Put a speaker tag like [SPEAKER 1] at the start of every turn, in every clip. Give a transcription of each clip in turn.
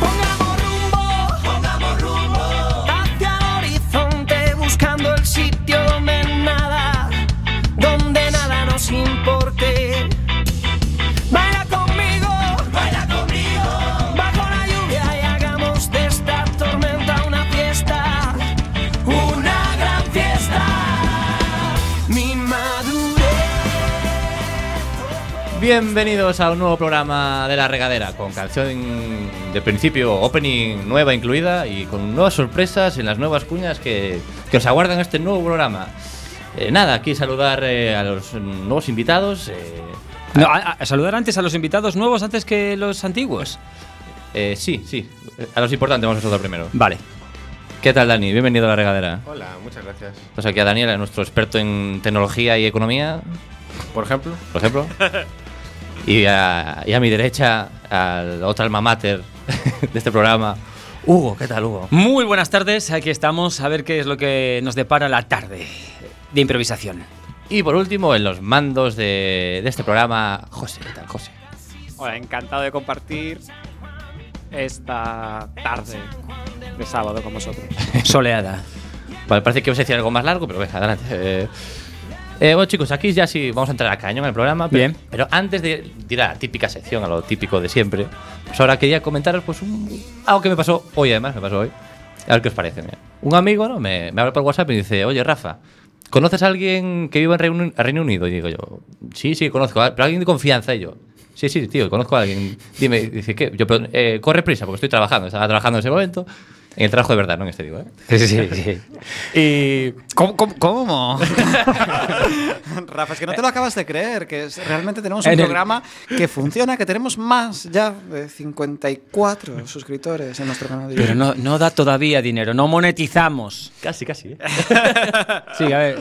[SPEAKER 1] Pongamos rumbo, pongamos rumbo hacia el horizonte, buscando el sitio donde nada, donde nada nos importe. Baila conmigo, baila conmigo, bajo la lluvia y hagamos de esta tormenta una fiesta, una gran fiesta. Mi madurez.
[SPEAKER 2] Bienvenidos a un nuevo programa de La Regadera, con canción de principio, opening nueva incluida y con nuevas sorpresas en las nuevas cuñas que, que os aguardan este nuevo programa. Eh, nada, aquí saludar eh, a los mm, nuevos invitados. eh,
[SPEAKER 3] No, a- a- saludar antes a los invitados nuevos antes que los antiguos.
[SPEAKER 2] eh, sí, sí, eh, a los importantes vamos a saludar primero.
[SPEAKER 3] Vale.
[SPEAKER 2] ¿Qué tal, Dani? Bienvenido a La Regadera.
[SPEAKER 4] Hola, muchas gracias.
[SPEAKER 2] Pues aquí a Daniel, nuestro experto en tecnología y economía,
[SPEAKER 4] Por ejemplo,
[SPEAKER 2] por ejemplo. Y a, y a mi derecha, al otra alma mater de este programa, Hugo. ¿Qué tal, Hugo?
[SPEAKER 3] Muy buenas tardes, aquí estamos a ver qué es lo que nos depara la tarde de improvisación.
[SPEAKER 2] Y por último, en los mandos de, de este programa, José. ¿Qué tal, José?
[SPEAKER 5] Hola, encantado de compartir esta tarde de sábado con vosotros.
[SPEAKER 3] Soleada.
[SPEAKER 2] Vale, parece que ibas a decir algo más largo, pero venga, adelante. Eh, eh, bueno, chicos, aquí ya sí vamos a entrar a cañón en el programa. Pero,
[SPEAKER 3] Bien.
[SPEAKER 2] Pero antes de ir a la típica sección, a lo típico de siempre, pues ahora quería comentaros pues un, algo que me pasó hoy, además, me pasó hoy. A ver qué os parece. mira. Un amigo ¿no? me, me habla por WhatsApp y dice, oye, Rafa, ¿conoces a alguien que viva en Reino, Reino Unido? Y digo yo, sí, sí, conozco, a- pero alguien de confianza. Y yo, sí, sí, tío, conozco a alguien. Dime, y dice, ¿qué? Yo, pero, eh, corre prisa, porque estoy trabajando. Estaba trabajando en ese momento. En el trabajo de verdad, no en este digo, ¿eh?
[SPEAKER 3] Sí, sí, sí.
[SPEAKER 5] Y
[SPEAKER 6] ¿Cómo? cómo, cómo? Rafa, es que no te lo acabas de creer, que es- realmente tenemos un
[SPEAKER 3] En el-
[SPEAKER 6] programa que funciona, que tenemos más ya de 54 suscriptores en nuestro canal de
[SPEAKER 3] Pero
[SPEAKER 6] YouTube.
[SPEAKER 3] no, no da todavía dinero, no monetizamos.
[SPEAKER 2] Casi, casi. ¿eh?
[SPEAKER 3] Sí, a ver.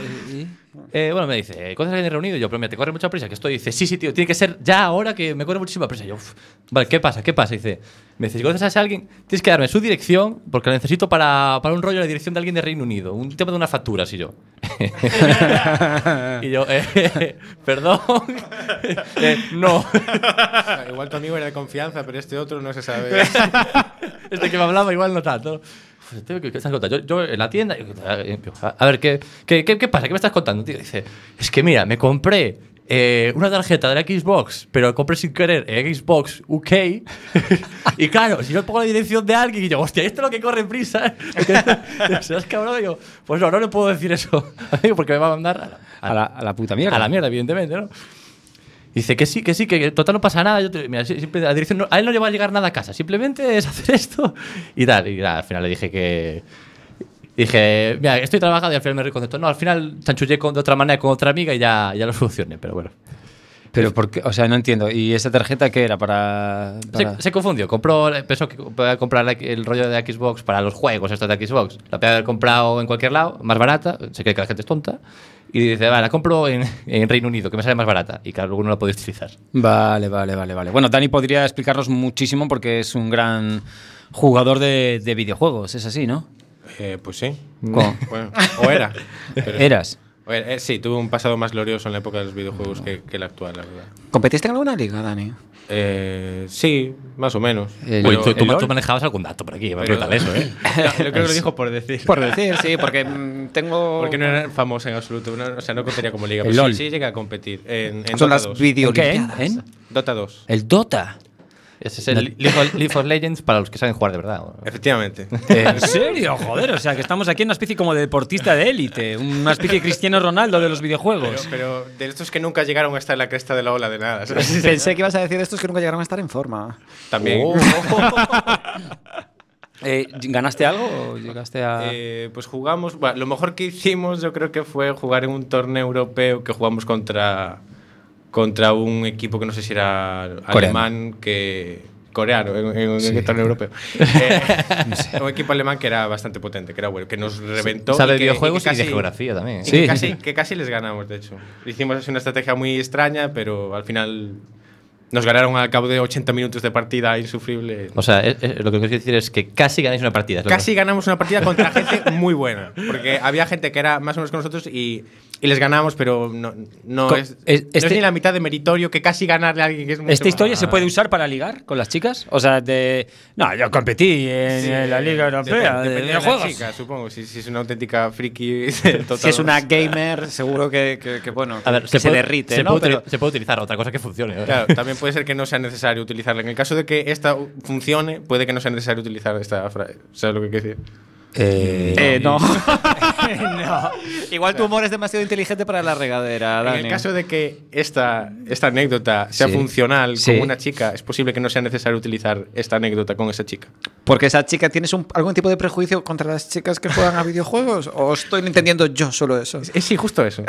[SPEAKER 2] Eh, bueno, me dice, ¿cuándo alguien reunido? Yo, pero mira, te corre mucha prisa. Que estoy. Dice, sí, sí, tío, tiene que ser ya ahora que me corre muchísima prisa. Yo, "Uf". vale, ¿qué pasa? ¿Qué pasa? Dice, me dice, si conoces a alguien, tienes que darme su dirección porque la necesito para, para un rollo de la dirección de alguien de Reino Unido. Un tema de unas facturas y yo. y yo, eh, perdón. Eh, no.
[SPEAKER 4] Ah, igual tu amigo era de confianza, pero este otro no se sabe.
[SPEAKER 2] Este que me hablaba igual no tanto. Joder, tío, ¿qué- qué estás contando? Yo, yo en la tienda. eh, A a ver, ¿qué, qué, qué- qué pasa? ¿Qué me estás contando, tío? Dice: Es que mira, me compré eh, una tarjeta de la Xbox, pero compré sin querer en Xbox UK. y claro, si yo pongo la dirección de alguien y yo, hostia, esto es lo que corre prisa. ¿Sabes, cabrón? Y yo, pues no, no le puedo decir eso, amigo, porque me va a mandar a la- a
[SPEAKER 3] A la, a la puta mierda.
[SPEAKER 2] a la mierda, evidentemente, ¿no? Dice que sí, que sí, que total no pasa nada. Yo te- mira, si- siempre la dirección no- a él no le va a llegar nada a casa, simplemente es hacer esto y tal. Y nada, al final le dije que. Dije, mira, estoy trabajando y al final me recontestó. No, al final chanchullé con- de otra manera con otra amiga y ya, ya lo solucioné, pero bueno.
[SPEAKER 3] Pero porque, o sea, no entiendo. ¿Y esa tarjeta qué era para.? para-
[SPEAKER 2] Se, se confundió, compró, pensó que podía comprar la- el rollo de Xbox para los juegos, estos de Xbox. La podía haber comprado en cualquier lado, más barata, se cree que la gente es tonta. Y dice, vale, la compro en, en Reino Unido, que me sale más barata. Y claro, luego no la podía utilizar.
[SPEAKER 3] Vale, vale, vale, vale. Bueno, Dani podría explicarnos muchísimo porque es un gran jugador de, de videojuegos, es así, ¿no?
[SPEAKER 4] Eh, pues sí.
[SPEAKER 3] ¿Cómo?
[SPEAKER 4] Bueno, o era. Pero-
[SPEAKER 3] Eras.
[SPEAKER 4] o era, eh, sí, tuve un pasado más glorioso en la época de los videojuegos que, que el actual, la verdad.
[SPEAKER 6] ¿Competiste en alguna liga, Dani?
[SPEAKER 4] Eh, sí, más o menos.
[SPEAKER 3] El-
[SPEAKER 2] Uy,
[SPEAKER 4] Pero-
[SPEAKER 2] tú, tú-
[SPEAKER 4] el-
[SPEAKER 2] tú manejabas algún dato por aquí,
[SPEAKER 4] pero-
[SPEAKER 2] brutal eso, ¿eh?
[SPEAKER 4] Yo creo que lo dijo por decir.
[SPEAKER 6] Por decir, sí, porque mm, tengo...
[SPEAKER 4] Porque no era famosa en absoluto. no- o sea, no contaría como liga.
[SPEAKER 3] El
[SPEAKER 4] Pero
[SPEAKER 3] LOL.
[SPEAKER 4] sí, sí llega a competir. En, en
[SPEAKER 6] Son
[SPEAKER 4] Dota
[SPEAKER 6] las
[SPEAKER 4] 2.
[SPEAKER 3] ¿En qué? ¿En-
[SPEAKER 6] videolimpiadas.
[SPEAKER 3] en?
[SPEAKER 4] Dota 2.
[SPEAKER 3] El Dota.
[SPEAKER 2] Ese es el League of, League of Legends para los que saben jugar de verdad.
[SPEAKER 4] Efectivamente.
[SPEAKER 3] ¿En serio? Joder, o sea, que estamos aquí en una especie como de deportista de élite, una especie de Cristiano Ronaldo de los
[SPEAKER 4] Pero,
[SPEAKER 3] videojuegos.
[SPEAKER 4] pero de estos que nunca llegaron a estar en la cresta de la ola de nada. ¿sabes?
[SPEAKER 6] Pensé que ibas a decir estos que nunca llegaron a estar en forma.
[SPEAKER 4] También. Oh.
[SPEAKER 3] Eh, ¿Ganaste algo o llegaste
[SPEAKER 2] Ah.
[SPEAKER 3] a...?
[SPEAKER 4] Eh, pues jugamos. bueno, lo mejor que hicimos, yo creo que fue jugar en un torneo europeo que jugamos contra, contra un equipo que no sé si era alemán que. coreano, en, en- en el torneo europeo. Eh, Un equipo alemán que era bastante potente, que era bueno, que nos reventó.
[SPEAKER 2] Sabe de
[SPEAKER 4] que-
[SPEAKER 2] videojuegos y,
[SPEAKER 4] que
[SPEAKER 2] de
[SPEAKER 4] casi-
[SPEAKER 2] geografía también.
[SPEAKER 4] y que, casi, que casi les ganamos, de hecho. Hicimos así una estrategia muy extraña, pero al final Nos ganaron al cabo de 80 minutos de partida insufrible.
[SPEAKER 2] O sea, es- es- lo que quiero decir es que casi ganáis una partida. es lo que-
[SPEAKER 4] Casi ganamos una partida contra gente muy buena. Porque había gente que era más o menos que nosotros y, y les ganamos, pero no, no
[SPEAKER 3] Co-
[SPEAKER 4] es,
[SPEAKER 3] es-
[SPEAKER 4] no
[SPEAKER 3] este-
[SPEAKER 4] es ni la mitad de meritorio que casi ganarle a alguien que es mucho
[SPEAKER 3] ¿Esta
[SPEAKER 4] más.
[SPEAKER 3] historia se puede usar para ligar con las chicas? O sea, de. No, yo competí en
[SPEAKER 4] Sí,
[SPEAKER 3] la Liga Europea.
[SPEAKER 4] depende-
[SPEAKER 3] de
[SPEAKER 4] depende de la
[SPEAKER 3] videojuegos.
[SPEAKER 4] chica, supongo. Si, si es una auténtica friki. total.
[SPEAKER 6] Si es una gamer, seguro que, que- que, bueno,
[SPEAKER 2] A ver,
[SPEAKER 6] que
[SPEAKER 2] se,
[SPEAKER 6] se,
[SPEAKER 2] puede-
[SPEAKER 6] derrite,
[SPEAKER 2] se
[SPEAKER 6] ¿no?
[SPEAKER 2] puede
[SPEAKER 6] Pero-
[SPEAKER 2] utili- se puede utilizar otra cosa que funcione. ¿eh?
[SPEAKER 4] Claro, también puede ser que no sea necesario utilizarla. En el caso de que esta u- funcione, puede que no sea necesario utilizar esta frase. ¿Sabes lo que quiero decir?
[SPEAKER 6] Eh, no. No. Igual tu humor es demasiado inteligente para la regadera, Dani.
[SPEAKER 4] En el caso de que esta, esta anécdota sea
[SPEAKER 2] Sí.
[SPEAKER 4] funcional
[SPEAKER 2] Sí.
[SPEAKER 4] con una chica, es posible que no sea necesario utilizar esta anécdota con esa chica.
[SPEAKER 6] Porque esa chica, ¿tienes un- algún tipo de prejuicio contra las chicas que juegan a videojuegos? ¿O estoy entendiendo yo solo eso?
[SPEAKER 4] Es sí, justo eso.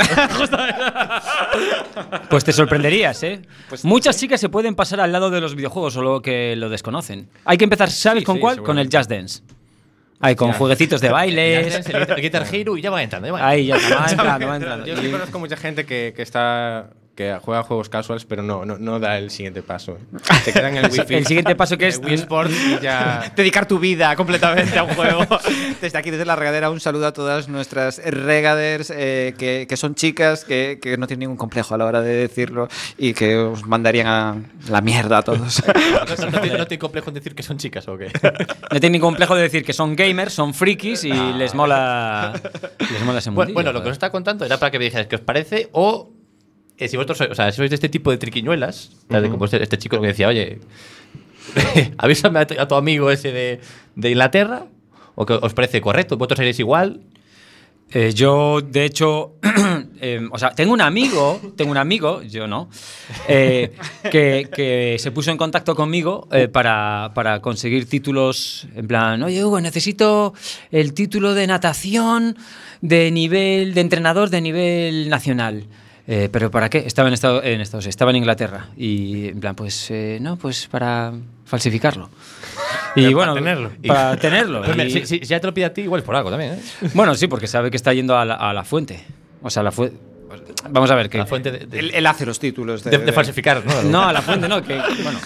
[SPEAKER 3] Pues te sorprenderías, ¿eh? Muchas chicas se pueden pasar al lado de los videojuegos, solo que lo desconocen. Hay que empezar, ¿sabes
[SPEAKER 4] Sí,
[SPEAKER 3] con
[SPEAKER 4] sí,
[SPEAKER 3] cuál? Con el Just Dance. Hay con jueguecitos de
[SPEAKER 2] El
[SPEAKER 3] bailes.
[SPEAKER 2] Guitar- el Guitar Hero y ya va entrando. ya va
[SPEAKER 3] Eh, Ahí ya está, va entrando, va entrando.
[SPEAKER 4] Yo sí conozco mucha gente que, que está que juega juegos casuales, pero no, no, no da el siguiente paso. ¿eh? Se queda en el Wii Fit,
[SPEAKER 3] El siguiente paso que
[SPEAKER 4] en
[SPEAKER 3] es-
[SPEAKER 4] Wii Sports y ya.
[SPEAKER 6] Dedicar tu vida completamente a un juego. Desde aquí, desde la regadera, un saludo a todas nuestras regaders eh, que, que son chicas, que, que no tienen ningún complejo a la hora de decirlo y que os mandarían a la mierda a todos.
[SPEAKER 2] entrando. No, te, no te complejo en decir que son chicas o qué.
[SPEAKER 3] No tienen complejo de decir que son gamers, son frikis y les mola. Les mola ese
[SPEAKER 2] Ah. Bueno,
[SPEAKER 3] mundillo,
[SPEAKER 2] bueno, lo que
[SPEAKER 3] joder.
[SPEAKER 2] os está contando era para que me dijeras qué os parece o eh, si vosotros sois, o sea, si sois de este tipo de triquiñuelas, tal de como este, este chico que decía, oye, avísame a tu, a tu amigo ese de, de Inglaterra, o que os parece correcto, vosotros seréis igual.
[SPEAKER 3] Eh, yo, de hecho, eh, o sea, tengo un amigo, tengo un amigo, yo no, eh, que, que se puso en contacto conmigo eh, para, para conseguir títulos en plan, oye Hugo, necesito el título de natación de nivel, de entrenador de nivel nacional. Eh, ¿Pero para qué? Estaba en, Estado- en Estados Unidos, estaba en Inglaterra. Y en plan, pues, eh, no, pues para falsificarlo. Y bueno,
[SPEAKER 4] tenerlo.
[SPEAKER 3] Para tenerlo.
[SPEAKER 2] Pues mira,
[SPEAKER 3] Y-
[SPEAKER 2] si, si- si ya te lo pide a ti, igual es por algo también, ¿eh?
[SPEAKER 3] bueno, sí, porque sabe que está yendo a la, a la fuente. O sea, la fuente. Vamos a ver, que.
[SPEAKER 2] La fuente de, de-
[SPEAKER 6] Él, él hace los títulos. De,
[SPEAKER 2] de- de falsificar, ¿no?
[SPEAKER 3] No, a la fuente no, que. Bueno,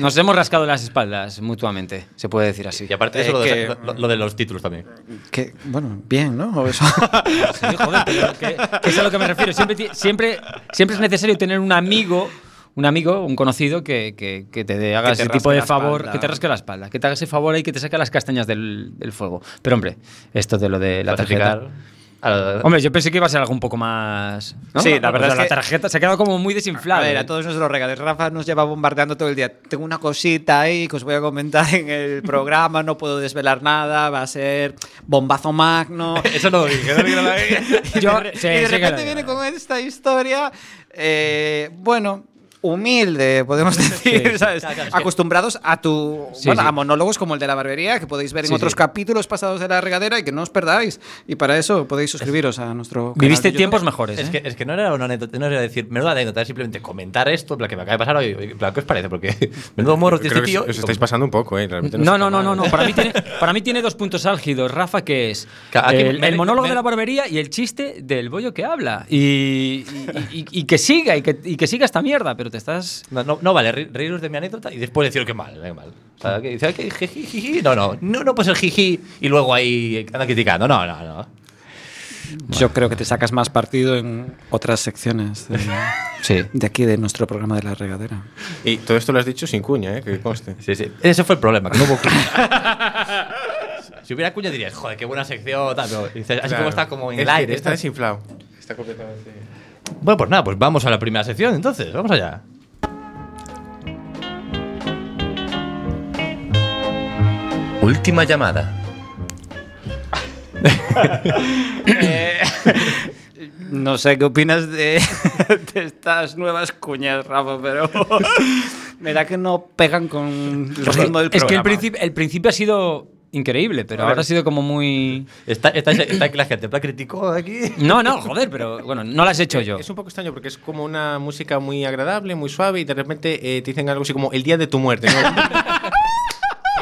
[SPEAKER 3] nos hemos rascado las espaldas mutuamente, se puede decir así.
[SPEAKER 2] Y aparte de eso,
[SPEAKER 6] Eh,
[SPEAKER 2] lo de,
[SPEAKER 6] que-
[SPEAKER 2] lo- lo de los títulos también.
[SPEAKER 6] Que, bueno, bien, ¿no? O eso.
[SPEAKER 3] pues, Sí, joder, pero que, que es a lo que me refiero. Siempre, ti- siempre, siempre es necesario tener un amigo. Un amigo, un conocido que, que- que te dé- haga
[SPEAKER 6] te
[SPEAKER 3] ese
[SPEAKER 6] rasque
[SPEAKER 3] tipo de
[SPEAKER 6] la
[SPEAKER 3] favor,
[SPEAKER 6] espalda.
[SPEAKER 3] que te rasque la espalda, que te haga ese favor ahí que te saque las castañas del, del fuego. Pero hombre, esto de lo de la tarjeta.
[SPEAKER 2] Falsificar. Ah,
[SPEAKER 3] Hombre, yo pensé que iba a ser algo un poco más. ¿no?
[SPEAKER 6] Sí, la
[SPEAKER 3] O sea,
[SPEAKER 6] verdad es que-
[SPEAKER 3] la tarjeta se ha quedado como muy
[SPEAKER 6] A
[SPEAKER 3] desinflada.
[SPEAKER 6] ver, a todos nuestros regaders. Rafa nos lleva bombardeando todo el día. Tengo una cosita ahí que os voy a comentar en el programa, no puedo desvelar nada, va a ser bombazo magno.
[SPEAKER 2] Eso no lo dije. no lo dije, no lo dije.
[SPEAKER 3] Yo-
[SPEAKER 6] y
[SPEAKER 3] sí, sí
[SPEAKER 6] de
[SPEAKER 3] que
[SPEAKER 6] repente
[SPEAKER 3] lo-
[SPEAKER 6] viene con esta historia, eh, bueno, humilde, podemos decir, ¿sabes?
[SPEAKER 2] Claro, claro, es que-
[SPEAKER 6] Acostumbrados a tu,
[SPEAKER 3] Sí,
[SPEAKER 6] bueno,
[SPEAKER 3] sí.
[SPEAKER 6] a monólogos como el de la barbería, que podéis ver en
[SPEAKER 3] Sí,
[SPEAKER 6] otros
[SPEAKER 3] sí.
[SPEAKER 6] capítulos pasados de la regadera y que no os perdáis. Y para eso podéis suscribiros a nuestro canal
[SPEAKER 3] Viviste
[SPEAKER 6] de YouTube.
[SPEAKER 3] tiempos mejores.
[SPEAKER 2] Es
[SPEAKER 3] ¿eh?
[SPEAKER 2] que, es que no era una anécdota, no era decir, menuda anécdota, era simplemente comentar esto, la que me acaba de pasar hoy. oye, en plan, ¿Qué os parece? Porque menudo morro tiene
[SPEAKER 4] Creo
[SPEAKER 2] este
[SPEAKER 4] que
[SPEAKER 2] tío.
[SPEAKER 4] os, os estáis pasando un poco, ¿eh? Realmente
[SPEAKER 3] No,
[SPEAKER 4] está
[SPEAKER 3] no, no,
[SPEAKER 4] mal.
[SPEAKER 3] no, no. Para mí, tiene, para mí tiene dos puntos álgidos, Rafa, que es
[SPEAKER 2] Que aquí
[SPEAKER 3] el,
[SPEAKER 2] me-
[SPEAKER 3] el monólogo
[SPEAKER 2] me-
[SPEAKER 3] de la barbería y el chiste del bollo que habla. Y, y- y- y que siga, y que, y que siga esta mierda, pero te estás...
[SPEAKER 2] No, no, no, vale, re- reíros de mi anécdota y después decir que mal, eh, mal. O sea, que dice, "Ay, que jiji, jiji". No, no, no, no puede ser jiji y luego ahí anda criticando. No, no, no.
[SPEAKER 6] Yo creo que te sacas más partido en otras secciones de,
[SPEAKER 3] Sí.
[SPEAKER 6] de aquí, de nuestro programa de la regadera.
[SPEAKER 4] Y todo esto lo has dicho sin cuña, ¿eh? Que conste.
[SPEAKER 2] Sí, sí. Ese fue el problema, que no hubo cuña. si hubiera cuña dirías, joder, qué buena sección, tal. pero dices, así como
[SPEAKER 4] Claro.
[SPEAKER 2] está como en
[SPEAKER 4] Es
[SPEAKER 2] el
[SPEAKER 4] que
[SPEAKER 2] aire.
[SPEAKER 4] Está
[SPEAKER 2] tal.
[SPEAKER 4] desinflado. Está completamente.
[SPEAKER 2] Bueno, pues nada, pues vamos a la primera sección entonces, vamos allá. Última llamada.
[SPEAKER 6] No sé qué opinas de, de estas nuevas cuñas, Rafa, pero me da que no pegan con el ritmo del programa.
[SPEAKER 3] Es que el, principi- el principio ha sido increíble, pero ahora ha sido como muy...
[SPEAKER 2] Está, está, está aquí la gente, en plan criticó aquí.
[SPEAKER 3] No, no, joder, pero bueno, no lo has hecho yo.
[SPEAKER 4] Es un poco extraño porque es como una música muy agradable, muy suave y de repente eh, te dicen algo así como el día de tu muerte. ¿no?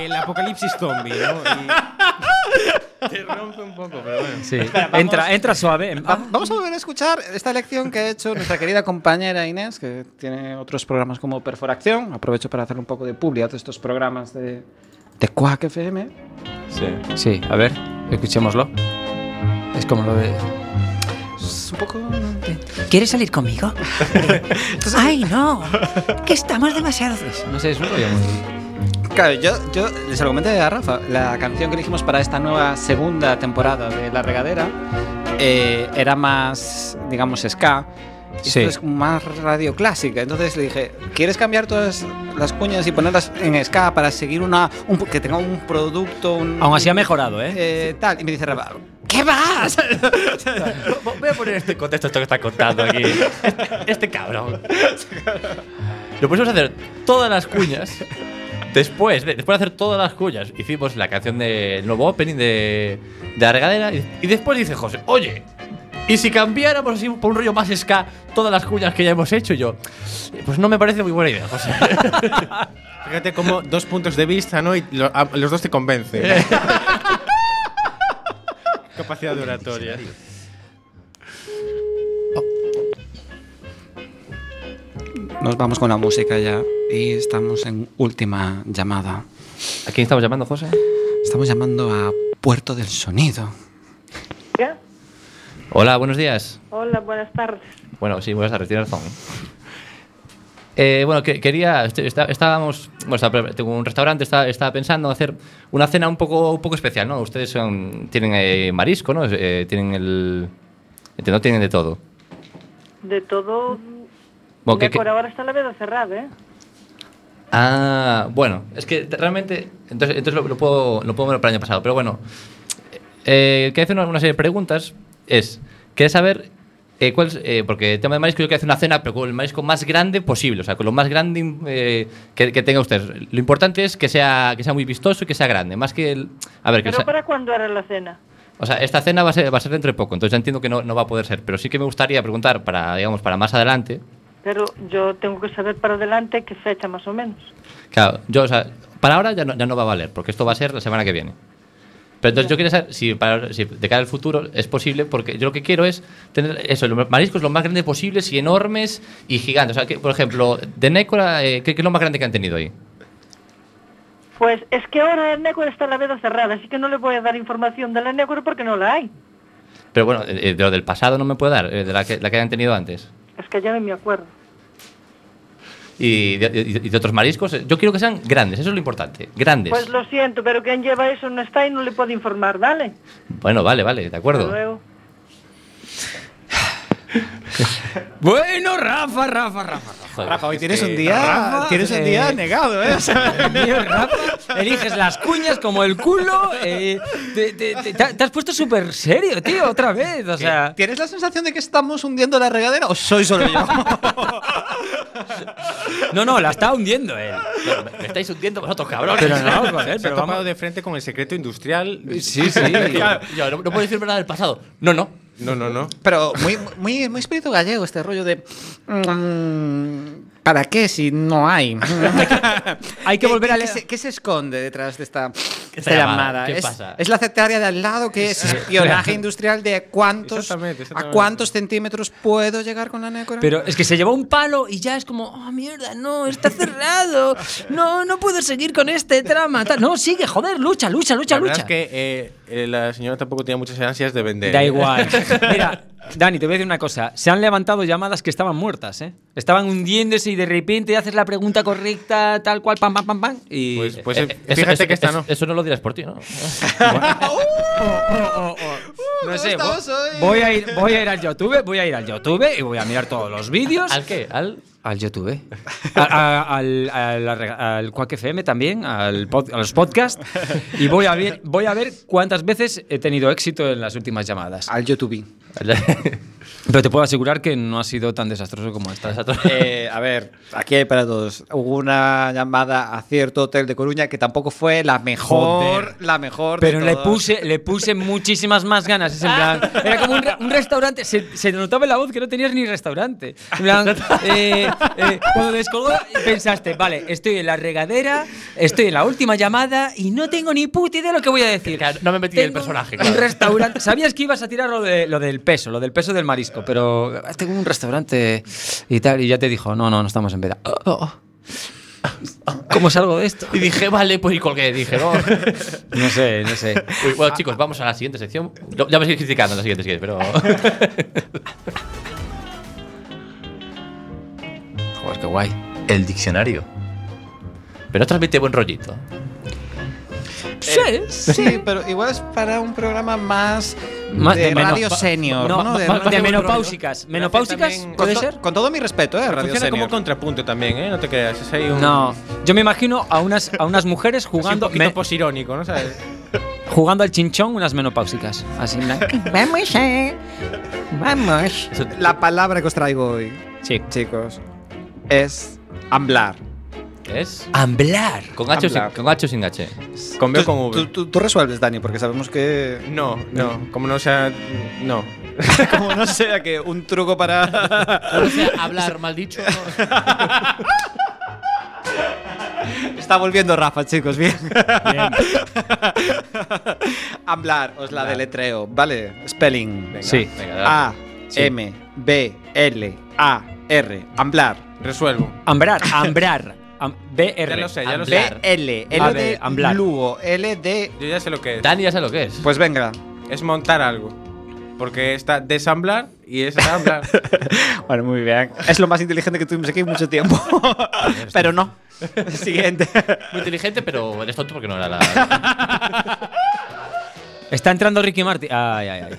[SPEAKER 4] el apocalipsis zombie, ¿no? Y- Te rompe un poco, pero bueno.
[SPEAKER 3] Sí. entra, entra suave.
[SPEAKER 6] Va- Vamos a volver a escuchar esta lección que ha hecho nuestra querida compañera Inés, que tiene otros programas como Perforacción. Aprovecho para hacer un poco de publicidad de estos programas de, de Quack FM.
[SPEAKER 3] Sí, a ver, escuchémoslo. Es como lo de.
[SPEAKER 6] Es un poco...
[SPEAKER 7] ¿Quieres salir conmigo? Ay, no. Que estamos demasiado...
[SPEAKER 3] No sé, es un rollo muy.
[SPEAKER 6] Claro, yo, yo les argumenté a Rafa, la canción que elegimos para esta nueva segunda temporada de La Regadera eh, era más, digamos, ska. y
[SPEAKER 3] Sí.
[SPEAKER 6] Esto es más radio clásica. Entonces le dije, ¿quieres cambiar todas las cuñas y ponerlas en ska para seguir una un- que tenga un producto? Un,
[SPEAKER 3] Aún así ha mejorado, ¿eh?
[SPEAKER 6] eh, tal. Y me dice Rafa, ¿qué vas?
[SPEAKER 2] Voy a poner este contexto esto que está contando aquí. Este, este cabrón. Lo pusimos a hacer todas las cuñas. Después de, después de hacer todas las cuñas, hicimos la canción del nuevo opening de, de la regadera. Y, y después dice José, oye, ¿y si cambiáramos así por un rollo más ska todas las cuñas que ya hemos hecho? Y yo, pues no me parece muy buena idea, José.
[SPEAKER 4] Fíjate como dos puntos de vista, ¿no? Y lo- a- los dos te convencen.
[SPEAKER 6] Eh.
[SPEAKER 4] Capacidad de oratoria.
[SPEAKER 6] Nos vamos con la música ya y estamos en última llamada.
[SPEAKER 2] ¿A quién estamos llamando, José?
[SPEAKER 6] Estamos llamando a Puerto del Sonido.
[SPEAKER 8] Ya.
[SPEAKER 2] Hola, buenos días.
[SPEAKER 8] Hola, buenas tardes.
[SPEAKER 2] Bueno, sí, buenas tardes, tienes razón. Eh, bueno, que- quería. est- está- estábamos. Bueno, estaba pre- tengo un restaurante, estaba, estaba pensando hacer una cena un poco, un poco especial, ¿no? Ustedes son- tienen eh, marisco, ¿no? Es- eh, tienen el. No tienen de todo.
[SPEAKER 8] De todo,
[SPEAKER 2] Bueno, que-
[SPEAKER 8] mira, por
[SPEAKER 2] que-
[SPEAKER 8] ahora está la veda cerrada, ¿eh?
[SPEAKER 2] ah, bueno, es que te- realmente. Entonces, entonces lo, lo puedo lo puedo ver para el año pasado, pero bueno. Eh, quería hacer una, una serie de preguntas. Es. Quería saber. eh, cuál es- eh, porque el tema de marisco, yo quiero hacer una cena, pero con el marisco más grande posible, o sea, con lo más grande eh, que, que tenga usted. Lo importante es que sea, que sea muy vistoso y que sea grande, más que el. A ver, que
[SPEAKER 8] Pero
[SPEAKER 2] sea-
[SPEAKER 8] ¿para cuándo era la cena?
[SPEAKER 2] o sea, esta cena va a ser, va a ser dentro de poco, entonces ya entiendo que no, no va a poder ser, pero sí que me gustaría preguntar para, digamos, para más adelante.
[SPEAKER 8] Pero yo tengo que saber para adelante qué fecha más o menos.
[SPEAKER 2] Claro, yo, o sea, para ahora ya no, ya no va a valer, porque esto va a ser la semana que viene. Pero entonces yo quería saber si, para, si de cara al futuro es posible, porque yo lo que quiero es tener eso, los mariscos lo más grandes posibles y enormes y gigantes. O sea, que, por ejemplo, de Nécora, eh, ¿qué, qué es lo más grande que han tenido ahí?
[SPEAKER 8] Pues es que ahora en Nécora está la veda cerrada, así que no le voy a dar información de la Nécora porque no la hay.
[SPEAKER 2] Pero bueno, eh, de lo del pasado no me puede dar, eh, de la que, la que hayan tenido antes.
[SPEAKER 8] Es que ya no me acuerdo.
[SPEAKER 2] Y de, y de otros mariscos, eh, yo quiero que sean grandes, eso es lo importante, grandes.
[SPEAKER 8] Pues lo siento, pero quien lleva eso no está y no le puedo informar, ¿vale?
[SPEAKER 2] Bueno, vale, vale, de
[SPEAKER 8] Hasta
[SPEAKER 2] acuerdo.
[SPEAKER 8] luego.
[SPEAKER 3] Bueno, Rafa, Rafa, Rafa.
[SPEAKER 6] Rafa, hoy tienes un día, tienes un día
[SPEAKER 3] eh,
[SPEAKER 6] negado, ¿eh? O sea,
[SPEAKER 3] Rafa. Mío, Rafa. Eliges las cuñas como el culo. eh, te, te- te- te- te has puesto súper serio, tío, otra vez. O sea.
[SPEAKER 6] ¿Tienes la sensación de que estamos hundiendo la regadera o soy solo yo?
[SPEAKER 3] No, no, la está hundiendo él.
[SPEAKER 2] Pero me, me estáis hundiendo vosotros, cabrones.
[SPEAKER 3] Pero no, joder,
[SPEAKER 4] Se ha
[SPEAKER 3] pero
[SPEAKER 4] topado
[SPEAKER 3] vamos.
[SPEAKER 4] de frente con el secreto industrial.
[SPEAKER 3] Sí, sí.
[SPEAKER 2] Yo, no, no puedo decir nada del pasado. No, no.
[SPEAKER 4] No, no, no.
[SPEAKER 6] Pero muy, muy, muy espíritu gallego este rollo de... mm, ¿Para qué si no hay?
[SPEAKER 3] Hay que volver a
[SPEAKER 6] ¿Qué,
[SPEAKER 3] leer.
[SPEAKER 6] qué se, qué se esconde detrás de esta, de
[SPEAKER 2] Esta
[SPEAKER 6] esta
[SPEAKER 2] llamada,
[SPEAKER 6] llamada?
[SPEAKER 2] ¿qué
[SPEAKER 6] es,
[SPEAKER 2] pasa?
[SPEAKER 6] es la sectaria de al lado que es espionaje industrial de cuántos,
[SPEAKER 4] Exactamente, exactamente.
[SPEAKER 6] a cuántos centímetros puedo llegar con la nécora.
[SPEAKER 3] Pero es que se llevó un palo y ya es como, oh mierda, no, está cerrado. No, no puedo seguir con este trama. tal". No, sigue, joder, lucha, lucha, lucha,
[SPEAKER 4] La verdad
[SPEAKER 3] lucha.
[SPEAKER 4] es que eh, eh, la señora tampoco tenía muchas ansias de vender.
[SPEAKER 3] Da
[SPEAKER 4] ¿eh?
[SPEAKER 3] igual. Mira, Dani, te voy a decir una cosa. Se han levantado llamadas que estaban muertas, ¿eh? Estaban hundiéndose y de repente haces la pregunta correcta, tal cual, pam, pam, pam, pam. Y.
[SPEAKER 4] Pues, pues,
[SPEAKER 2] Eh,
[SPEAKER 4] eh,
[SPEAKER 2] eso-
[SPEAKER 4] fíjate
[SPEAKER 2] eso-
[SPEAKER 4] que esta
[SPEAKER 2] eso-
[SPEAKER 4] no.
[SPEAKER 2] Eso no lo dirás por ti, ¿no?
[SPEAKER 3] no
[SPEAKER 6] ¿cómo estamos
[SPEAKER 3] vo-
[SPEAKER 6] hoy?
[SPEAKER 3] voy a, ir, voy a ir al YouTube, voy a ir al YouTube y voy a mirar todos los vídeos.
[SPEAKER 2] ¿Al qué? ¿Al?
[SPEAKER 3] Al YouTube. A- a- al, a la re- al Quack FM también, al pod- a los podcasts. Y voy a, ver, voy a ver cuántas veces he tenido éxito en las últimas llamadas.
[SPEAKER 6] Al YouTube.
[SPEAKER 2] al-
[SPEAKER 3] Pero te puedo asegurar que no ha sido tan desastroso como esta.
[SPEAKER 6] Eh, a ver, aquí hay para todos. Hubo una llamada a cierto hotel de Coruña que tampoco fue la mejor,
[SPEAKER 3] Joder.
[SPEAKER 6] la mejor. de
[SPEAKER 3] Pero le
[SPEAKER 6] todas.
[SPEAKER 3] puse, le puse muchísimas más ganas. es en plan, era como un, re- un restaurante. Se, se notaba en la voz que no tenías ni restaurante. En plan, eh, eh, cuando descolgó, pensaste, vale, estoy en la regadera, estoy en la última llamada y no tengo ni puta idea de lo que voy a decir.
[SPEAKER 2] Claro, no me metí en el
[SPEAKER 3] Tengo
[SPEAKER 2] personaje,
[SPEAKER 3] Un
[SPEAKER 2] claro.
[SPEAKER 3] restaurante. Sabías que ibas a tirar lo, de- lo del peso, lo del peso del marisco, pero "Ah, tengo un restaurante y tal. Y ya te dijo, no, no, no estamos en veda. Oh, oh, oh. ¿Cómo salgo de esto?
[SPEAKER 2] Y dije, vale, pues y colgué. Dije, no.
[SPEAKER 3] No sé, no sé.
[SPEAKER 2] Uy, bueno, chicos, vamos a la siguiente sección. Lo- Ya me estoy criticando en la siguiente, sí, pero.
[SPEAKER 3] Joder, qué guay.
[SPEAKER 9] El diccionario.
[SPEAKER 2] Pero transmite buen rollito.
[SPEAKER 6] Eh, sí, pero igual es para un programa más
[SPEAKER 3] Más
[SPEAKER 6] de,
[SPEAKER 3] meno-
[SPEAKER 6] radio
[SPEAKER 3] pa-
[SPEAKER 6] senior.
[SPEAKER 3] No,
[SPEAKER 6] ¿no?
[SPEAKER 3] de,
[SPEAKER 6] radio-
[SPEAKER 3] de menopáusicas.
[SPEAKER 4] Hace
[SPEAKER 3] ¿Menopáusicas?
[SPEAKER 4] también-
[SPEAKER 6] Con,
[SPEAKER 3] ¿Puede
[SPEAKER 6] to-
[SPEAKER 3] ser?
[SPEAKER 6] con todo mi respeto, ¿eh? Radio
[SPEAKER 4] Funciona como
[SPEAKER 6] senior.
[SPEAKER 4] contrapunto también, ¿eh? No te creas. Es ahí un.
[SPEAKER 3] No. Yo me imagino a unas, a unas mujeres
[SPEAKER 4] así un
[SPEAKER 3] jugando,
[SPEAKER 4] poquito
[SPEAKER 3] me-
[SPEAKER 4] posirónico, ¿no sabes?
[SPEAKER 3] jugando al chinchón unas menopáusicas. Así, en plan,
[SPEAKER 7] Vamos, eh. Vamos.
[SPEAKER 2] Eso-
[SPEAKER 6] La palabra que os traigo hoy,
[SPEAKER 3] Sí.
[SPEAKER 6] chicos, es amblar.
[SPEAKER 2] ¿Es?
[SPEAKER 3] Amblar.
[SPEAKER 2] Con H, o sin,
[SPEAKER 6] Hablar.
[SPEAKER 2] con H o sin H.
[SPEAKER 4] Con B o con
[SPEAKER 6] Tú,
[SPEAKER 4] V.
[SPEAKER 6] tú- tú resuelves, Dani, porque sabemos que.
[SPEAKER 4] No, no. Como no sea. No.
[SPEAKER 6] Como no sea que un truco para.
[SPEAKER 2] O sea, hablar mal dicho.
[SPEAKER 6] Está volviendo Rafa, chicos, bien. Amblar, os la deletreo, ¿vale? Spelling.
[SPEAKER 3] Sí.
[SPEAKER 2] Venga, dale.
[SPEAKER 6] A, M, B, L, A, R. Amblar.
[SPEAKER 4] Resuelvo.
[SPEAKER 3] Ambrar. Ambrar. Am- BR.
[SPEAKER 4] Ya lo sé, ya lo
[SPEAKER 2] Hablar.
[SPEAKER 4] sé.
[SPEAKER 6] B, L.
[SPEAKER 3] A
[SPEAKER 4] Ah,
[SPEAKER 6] L
[SPEAKER 3] ver,
[SPEAKER 6] de
[SPEAKER 3] amblar.
[SPEAKER 6] Lugo. L de.
[SPEAKER 4] Yo ya sé lo que es.
[SPEAKER 2] Dani ya sabe lo que es.
[SPEAKER 6] Pues venga.
[SPEAKER 4] Es montar algo. Porque está desamblar y es amblar.
[SPEAKER 6] Bueno, muy bien. Es lo más inteligente que tuvimos aquí en mucho tiempo. Pero no. Siguiente.
[SPEAKER 2] Muy inteligente, pero eres tonto porque no era la.
[SPEAKER 3] Está entrando Ricky Martin. Ay, ay, ay.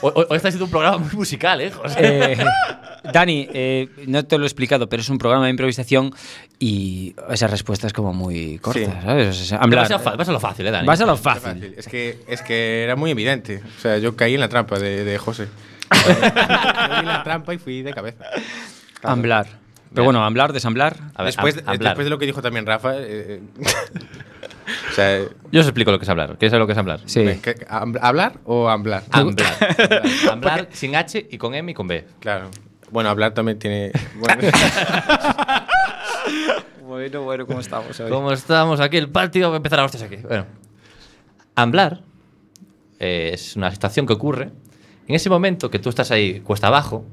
[SPEAKER 2] Hoy, hoy- hoy está siendo un programa muy musical, ¿eh? José?
[SPEAKER 3] Eh, Dani, eh, no te lo he explicado, pero es un programa de improvisación y esa respuesta es como muy corta,
[SPEAKER 4] Sí.
[SPEAKER 3] ¿sabes? O sea,
[SPEAKER 2] Vas
[SPEAKER 3] amblar.
[SPEAKER 2] a, lo fa- vas a lo fácil, ¿eh, Dani?
[SPEAKER 3] Vas a lo
[SPEAKER 4] Fácil.
[SPEAKER 3] fácil.
[SPEAKER 4] Es que, es que era muy evidente. O sea, yo caí en la trampa de, de José. caí en la trampa y fui de cabeza.
[SPEAKER 3] Amblar. Pero bueno, amblar, desamblar.
[SPEAKER 2] A ver,
[SPEAKER 4] después,
[SPEAKER 2] hab-
[SPEAKER 4] de-
[SPEAKER 2] hablar.
[SPEAKER 4] después de lo que dijo también Rafa. eh, eh, o sea, eh,
[SPEAKER 2] Yo os explico lo que es hablar. ¿Quieres saber lo que es hablar?
[SPEAKER 3] Sí.
[SPEAKER 4] ¿qué- qué- amb- ¿hablar o amblar?
[SPEAKER 2] Hablar. Hablar sin H y con M y con B.
[SPEAKER 4] Claro. Bueno, hablar también tiene. Bueno,
[SPEAKER 6] Bueno, bueno, ¿cómo estamos hoy?
[SPEAKER 2] Como estamos aquí, el partido va a empezar a hostias aquí. Bueno. Amblar eh, es una situación que ocurre en ese momento que tú estás ahí cuesta abajo,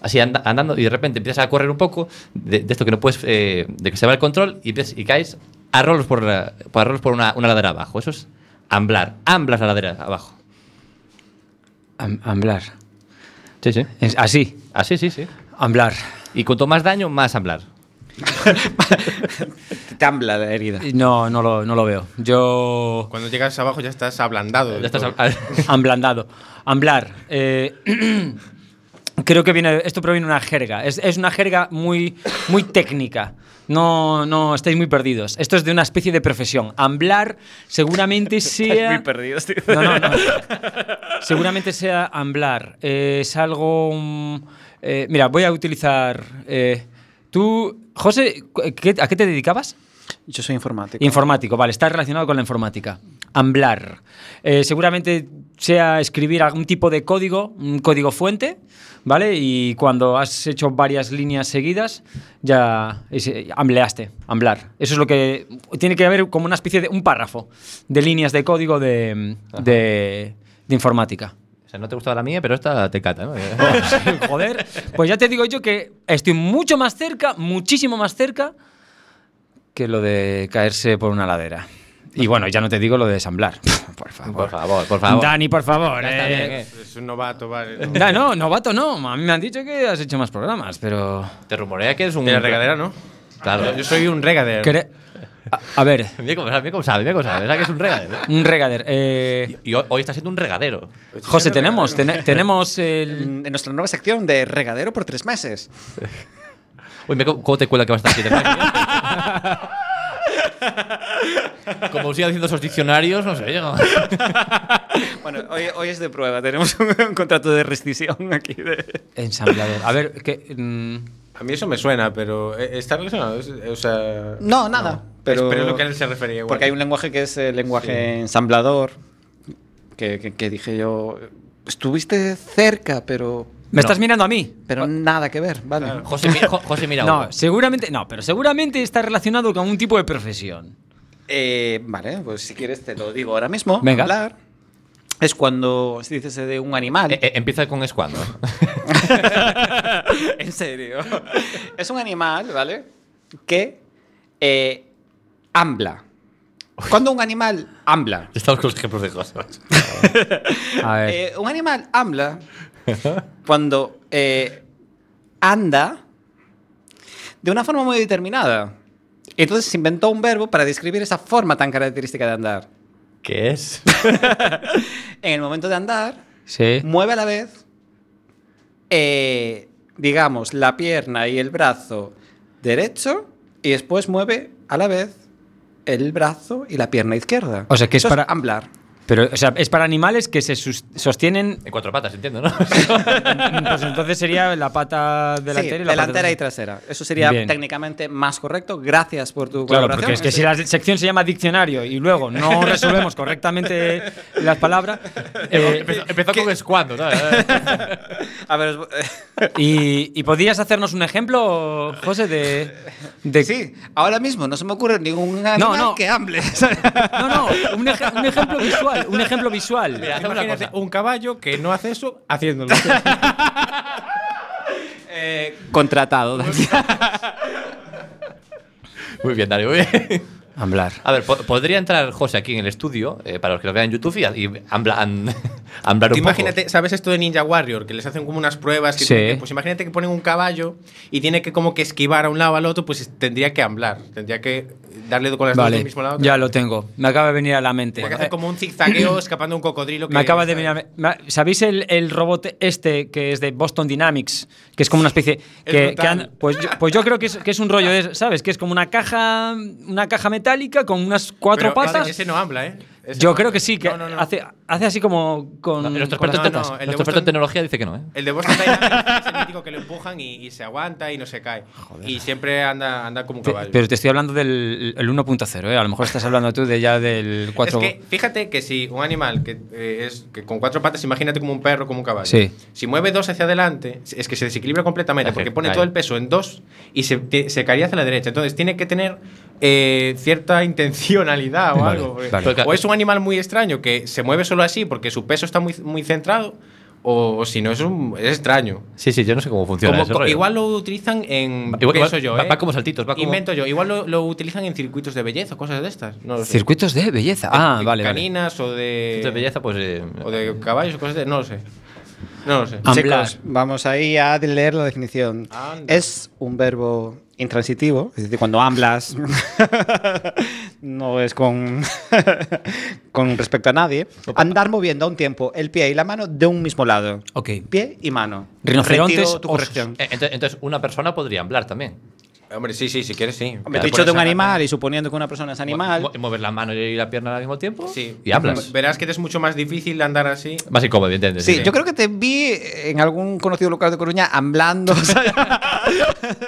[SPEAKER 2] así anda- andando y de repente empiezas a correr un poco de, de esto que no puedes, eh, de que se va el control y, empiezas- y caes a rolos por, la- a rolos por una, una ladera abajo. Eso es amblar. Amblas la ladera abajo.
[SPEAKER 3] Am- amblar.
[SPEAKER 2] Sí, sí.
[SPEAKER 3] Es así.
[SPEAKER 2] Así, sí, sí.
[SPEAKER 3] Amblar.
[SPEAKER 2] Y cuanto más daño, más amblar.
[SPEAKER 6] Te ambla la herida.
[SPEAKER 3] No, no lo, no lo veo. Yo.
[SPEAKER 4] cuando llegas abajo ya estás ablandado.
[SPEAKER 2] Ya estás
[SPEAKER 4] Todo.
[SPEAKER 2] hab-
[SPEAKER 3] Amblandado. Amblar. eh, creo que viene. Esto proviene de una jerga. Es, es una jerga muy, muy técnica. No, no, estáis muy perdidos. Esto es de una especie de profesión. Amblar seguramente sea.
[SPEAKER 6] perdidos, tío.
[SPEAKER 3] No, no, no. Seguramente sea amblar. Eh, es algo. mm, eh, mira, voy a utilizar. eh, tú, José, cu- ¿qué- ¿a qué te dedicabas?
[SPEAKER 6] Yo soy informático.
[SPEAKER 3] Informático, vale, está relacionado con la informática. Amblar. Eh, seguramente sea escribir algún tipo de código, un código fuente, ¿vale? Y cuando has hecho varias líneas seguidas, ya es- eh, ambleaste, amblar. Eso es lo que tiene que haber como una especie de un párrafo de líneas de código de, de- de informática.
[SPEAKER 2] O sea, no te gustaba la mía, pero esta te cata, ¿no?
[SPEAKER 3] Joder, pues ya te digo yo que estoy mucho más cerca, muchísimo más cerca que lo de caerse por una ladera. Y bueno, ya no te digo lo de desamblar. Por favor.
[SPEAKER 2] por favor, por favor.
[SPEAKER 3] Dani, por favor.
[SPEAKER 2] Ya está
[SPEAKER 3] eh.
[SPEAKER 2] bien, eh.
[SPEAKER 4] Es un novato, vale. no.
[SPEAKER 3] Da- no, novato no. A mí me han dicho que has hecho más programas, pero...
[SPEAKER 2] Te rumorea que eres un.
[SPEAKER 4] De la regadera, ¿no?
[SPEAKER 2] Claro.
[SPEAKER 4] Yo, yo soy un regadero.
[SPEAKER 3] Cre- a, a ver,
[SPEAKER 2] Mira cómo sabe, mira cómo sabe, mira cómo sabe. ¿Verdad que es un regadero?
[SPEAKER 3] un regader. eh,
[SPEAKER 2] Y hoy, hoy está siendo un regadero.
[SPEAKER 3] José, tenemos, tene- tenemos el...
[SPEAKER 6] En nuestra nueva sección de regadero por tres meses.
[SPEAKER 2] Uy, mira cómo cómo te cuela que vas a estar aquí. Como siga haciendo esos diccionarios, no sé. yo-
[SPEAKER 6] Bueno, hoy, hoy es de prueba. Tenemos un, un contrato de rescisión aquí. de-
[SPEAKER 3] Ensamblador. A ver, que. mm,
[SPEAKER 4] A mí eso me suena, pero eh, está relacionado. es- O sea.
[SPEAKER 6] No, nada. Pero,
[SPEAKER 4] Pero es lo que él se refería igual.
[SPEAKER 6] Porque hay un lenguaje que es el lenguaje ensamblador. Que, que- que dije yo. Estuviste cerca, pero.
[SPEAKER 3] ¿Me estás mirando a mí?
[SPEAKER 6] Pero nada que ver, vale.
[SPEAKER 2] José, mi- Jo- José Eh, mira
[SPEAKER 3] No, seguramente. No, pero seguramente está relacionado con un tipo de profesión.
[SPEAKER 6] Eh, vale, pues si quieres te lo digo ahora mismo.
[SPEAKER 3] Venga.
[SPEAKER 6] Hablar. Es cuando se dice de un animal.
[SPEAKER 2] eh, empieza con es cuando.
[SPEAKER 6] en serio. es un animal, ¿vale? Que eh, ambla. Cuando un animal ambla.
[SPEAKER 2] Estamos con los ejemplos de cosas.
[SPEAKER 3] A ver.
[SPEAKER 6] Eh, un animal habla cuando eh, anda de una forma muy determinada. Entonces se inventó un verbo para describir esa forma tan característica de andar.
[SPEAKER 2] ¿Qué es?
[SPEAKER 6] En el momento de andar,
[SPEAKER 3] sí.
[SPEAKER 6] mueve a la vez, eh, digamos, la pierna y el brazo derecho y después mueve a la vez el brazo y la pierna izquierda.
[SPEAKER 3] O sea, que es
[SPEAKER 6] Eso
[SPEAKER 3] para-
[SPEAKER 6] amblar.
[SPEAKER 3] Pero, o sea, es para animales que se sus- sostienen.
[SPEAKER 2] En cuatro patas, entiendo, ¿no?
[SPEAKER 3] Pues entonces sería la pata delantera
[SPEAKER 6] Sí,
[SPEAKER 3] y la pata
[SPEAKER 6] delantera y trasera. Eso sería
[SPEAKER 3] Bien.
[SPEAKER 6] técnicamente más correcto. Gracias por
[SPEAKER 3] Claro,
[SPEAKER 6] tu colaboración.
[SPEAKER 3] porque es que si la sección se llama diccionario y luego no resolvemos correctamente las palabras. eh,
[SPEAKER 2] empezó empezó con es cuando, ¿no?
[SPEAKER 6] A ver, os-
[SPEAKER 3] y, ¿Y podrías hacernos un ejemplo, José, de. de
[SPEAKER 6] sí, ahora mismo no se me ocurre ningún animal
[SPEAKER 3] No, no.
[SPEAKER 6] que hable.
[SPEAKER 3] No, no, un, ej- un ejemplo visual. Un ejemplo visual.
[SPEAKER 2] Mira, hacemos una
[SPEAKER 4] Imagínate
[SPEAKER 2] cosa.
[SPEAKER 4] un caballo que no hace eso haciéndolo.
[SPEAKER 6] Contratado.
[SPEAKER 10] Pues
[SPEAKER 2] Muy bien, Dario, muy bien.
[SPEAKER 3] Hablar.
[SPEAKER 2] A ver, po- podría entrar José aquí en el estudio, eh, para los que lo vean en YouTube, y, y ambla- an- amblar un
[SPEAKER 4] Tú
[SPEAKER 2] poco.
[SPEAKER 4] imagínate, ¿sabes esto de Ninja Warrior? Que les hacen como unas pruebas. Que
[SPEAKER 3] Sí.
[SPEAKER 4] tienen que- pues imagínate que ponen un caballo y tiene que como que esquivar a un lado al otro, pues tendría que hablar. Tendría que darle con las dos
[SPEAKER 3] Vale,
[SPEAKER 4] del mismo lado.
[SPEAKER 3] ya lo tengo. Me acaba de venir a la mente.
[SPEAKER 4] Tiene que hacer como un zigzagueo escapando de un cocodrilo. Que,
[SPEAKER 3] Me acaba de venir a- me ha- ¿Sabéis el, el robot este que es de Boston Dynamics? Que es como una especie. Que, que
[SPEAKER 4] brutal.
[SPEAKER 3] anda- pues, yo, pues yo creo que es, que es un rollo, de- ¿sabes? Que es como una caja, una caja metálica con unas cuatro
[SPEAKER 4] Pero
[SPEAKER 3] patas.
[SPEAKER 4] Ese, ese no habla, ¿eh? Ese
[SPEAKER 3] yo
[SPEAKER 4] no
[SPEAKER 3] creo
[SPEAKER 4] habla.
[SPEAKER 3] que sí, que
[SPEAKER 4] No, no, no.
[SPEAKER 3] Hace, hace así como con.
[SPEAKER 2] No, nuestro
[SPEAKER 3] con
[SPEAKER 2] experto, en
[SPEAKER 4] no,
[SPEAKER 2] tetas-
[SPEAKER 4] no, el de
[SPEAKER 2] nuestro experto en
[SPEAKER 4] Boston-
[SPEAKER 2] tecnología dice que no, ¿eh?
[SPEAKER 4] El de Boston Dynamics es el mítico que lo empujan y, y se aguanta y no se cae. Y siempre anda, anda como un
[SPEAKER 3] Te-
[SPEAKER 4] caballo.
[SPEAKER 3] pero te estoy hablando del el 1.0, ¿eh? A lo mejor estás hablando tú de ya del 4.
[SPEAKER 4] Es que fíjate que si un animal que, eh, es, que con cuatro patas, imagínate como un perro, como un caballo.
[SPEAKER 3] Sí.
[SPEAKER 4] Si mueve dos hacia adelante, es que se desequilibra completamente
[SPEAKER 2] Hacia-
[SPEAKER 4] porque pone
[SPEAKER 2] ahí.
[SPEAKER 4] todo el peso en dos y se, te- se caería hacia la derecha. Entonces tiene que tener eh, cierta intencionalidad o
[SPEAKER 3] Vale,
[SPEAKER 4] algo. porque-
[SPEAKER 3] vale.
[SPEAKER 4] O es un animal muy extraño que se mueve solo así porque su peso está muy, muy centrado. O, o si no, es, un, es extraño.
[SPEAKER 2] Sí, sí, yo no sé cómo funciona
[SPEAKER 4] Como-
[SPEAKER 2] ese
[SPEAKER 4] co-
[SPEAKER 2] rollo.
[SPEAKER 4] igual lo utilizan en.
[SPEAKER 2] Va- igual-
[SPEAKER 4] pienso
[SPEAKER 2] igual-
[SPEAKER 4] yo,
[SPEAKER 2] va-
[SPEAKER 4] ¿eh?
[SPEAKER 2] va como saltitos, va como-
[SPEAKER 4] Invento yo. Igual lo, lo utilizan en circuitos de belleza, cosas de estas. No lo sé.
[SPEAKER 3] Circuitos de belleza. Ah,
[SPEAKER 4] De
[SPEAKER 3] vale. vale.
[SPEAKER 4] Caninas o de.
[SPEAKER 2] Entonces, belleza, pues... eh,
[SPEAKER 4] O de caballos o cosas de. No lo sé. No lo sé.
[SPEAKER 3] Hablar.
[SPEAKER 6] Chicos, vamos ahí a leer la definición.
[SPEAKER 4] Anda.
[SPEAKER 6] Es un verbo intransitivo, es decir, cuando hablas no es con, con respecto a nadie. Andar moviendo a un tiempo el pie y la mano de un mismo lado.
[SPEAKER 3] Ok.
[SPEAKER 6] Pie y mano.
[SPEAKER 3] Rinocerontes,
[SPEAKER 6] Retiro tu
[SPEAKER 3] osos.
[SPEAKER 6] corrección.
[SPEAKER 2] eh, ento- entonces, una persona podría amblar también.
[SPEAKER 4] Hombre, sí, sí, si quieres, sí.
[SPEAKER 6] Hombre,
[SPEAKER 2] Claro,
[SPEAKER 6] dicho
[SPEAKER 2] por
[SPEAKER 6] de un
[SPEAKER 2] esa
[SPEAKER 6] animal y suponiendo que una persona es animal,
[SPEAKER 2] Mo- mo- mover la mano y la pierna al mismo tiempo
[SPEAKER 4] pues, Sí.
[SPEAKER 2] y hablas.
[SPEAKER 4] Verás que te es mucho más difícil andar así.
[SPEAKER 2] Más incómodo, ¿entiendes?
[SPEAKER 6] Sí, yo creo que te vi en algún conocido local de Coruña amblando, ¿sabes?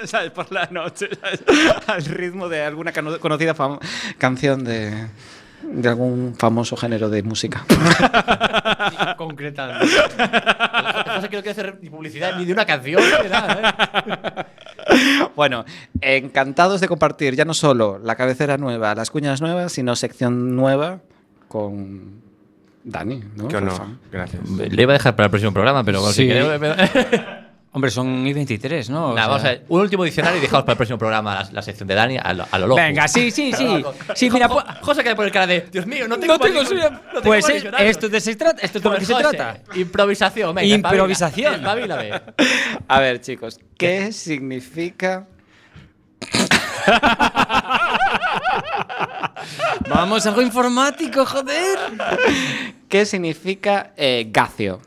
[SPEAKER 6] ¿Sabes? Por la noche, ¿sabes? Al ritmo de alguna cano- conocida fam- canción de, de algún famoso género de música.
[SPEAKER 4] Concretando.
[SPEAKER 2] José, que no quiere hacer ni publicidad ni de una canción ni de nada, ¿eh?
[SPEAKER 6] Bueno, encantados de compartir ya no solo la cabecera nueva, las cuñas nuevas, sino sección nueva con Dani, ¿no?
[SPEAKER 4] Que
[SPEAKER 6] Por favor.
[SPEAKER 4] no. Gracias.
[SPEAKER 2] Le iba a dejar para el próximo programa, pero bueno, si
[SPEAKER 3] Sí.
[SPEAKER 2] queréis-
[SPEAKER 3] Hombre, son I23, ¿no? O
[SPEAKER 2] Nada, vamos a
[SPEAKER 3] sea-
[SPEAKER 2] ver, un último diccionario y dejamos para el próximo programa la, la sección de Dani a lo, a lo loco.
[SPEAKER 3] Venga, sí, sí, sí. Sí, mira, pues.
[SPEAKER 2] José que poner cara de Dios mío, no tengo,
[SPEAKER 3] No tengo suya. Pues es- esto de se trata, esto es de lo que se trata.
[SPEAKER 2] Pues Improvisación, venga,
[SPEAKER 3] Improvisación.
[SPEAKER 2] espabila, espabila, ve.
[SPEAKER 6] A ver, chicos, ¿qué significa
[SPEAKER 3] Vamos, algo informático, joder.
[SPEAKER 6] qué significa eh, gacio?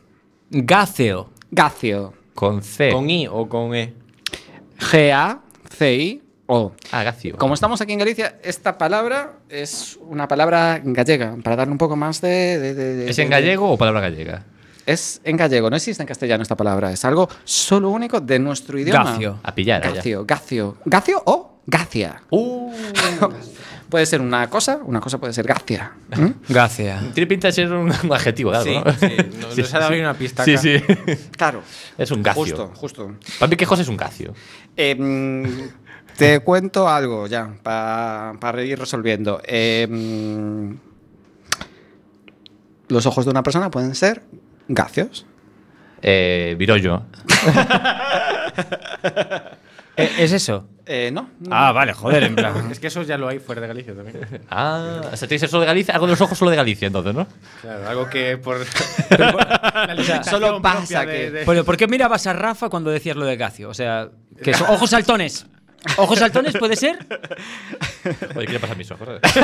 [SPEAKER 3] Gaceo.
[SPEAKER 6] Gacio.
[SPEAKER 4] eh,
[SPEAKER 2] Con C.
[SPEAKER 4] ¿Con I o con E?
[SPEAKER 6] G-A-C-I
[SPEAKER 10] O.
[SPEAKER 2] Agacio.
[SPEAKER 10] Como estamos aquí en Galicia, esta palabra es una palabra gallega, para darle un poco más de... de- de- de-
[SPEAKER 2] ¿Es en
[SPEAKER 10] de-
[SPEAKER 2] gallego o palabra gallega?
[SPEAKER 10] Es en gallego, no existe en castellano esta palabra, es algo solo único de nuestro idioma.
[SPEAKER 3] Gacio.
[SPEAKER 2] A pillar. allá. Uh.
[SPEAKER 10] Gacio, gacio. Gacio o gacia. puede ser una cosa, una cosa puede ser gacia. ¿Mm?
[SPEAKER 3] Gracias.
[SPEAKER 2] Tiene pinta de ser un, un adjetivo de algo,
[SPEAKER 4] Sí,
[SPEAKER 2] ¿no?
[SPEAKER 4] sí, no- nos ha dado ahí una pista
[SPEAKER 2] Sí,
[SPEAKER 4] acá.
[SPEAKER 2] sí.
[SPEAKER 10] Claro.
[SPEAKER 2] Es un gacio.
[SPEAKER 10] Justo, justo.
[SPEAKER 2] Para mí que José es un gacio.
[SPEAKER 10] Em, te cuento algo ya, pa- para ir resolviendo. Em, los ojos de una persona pueden ser gacios.
[SPEAKER 2] Eh, Virollo.
[SPEAKER 3] E, ¿Es eso?
[SPEAKER 10] Eh, no, no.
[SPEAKER 3] Ah, vale, joder, en plan.
[SPEAKER 4] Es que eso ya lo hay fuera de Galicia también.
[SPEAKER 2] Ah, o sea, tiene que ser solo de Galicia. Algo de los ojos solo de Galicia, entonces, ¿no?
[SPEAKER 4] Claro, algo que por.
[SPEAKER 10] solo pasa que-
[SPEAKER 3] Pero ¿por qué mirabas a Rafa cuando decías lo de Gacio? O sea, que son ojos saltones. ¿Ojos saltones puede ser?
[SPEAKER 2] Oye, ¿qué le pasa a mis ojos?
[SPEAKER 10] Aquí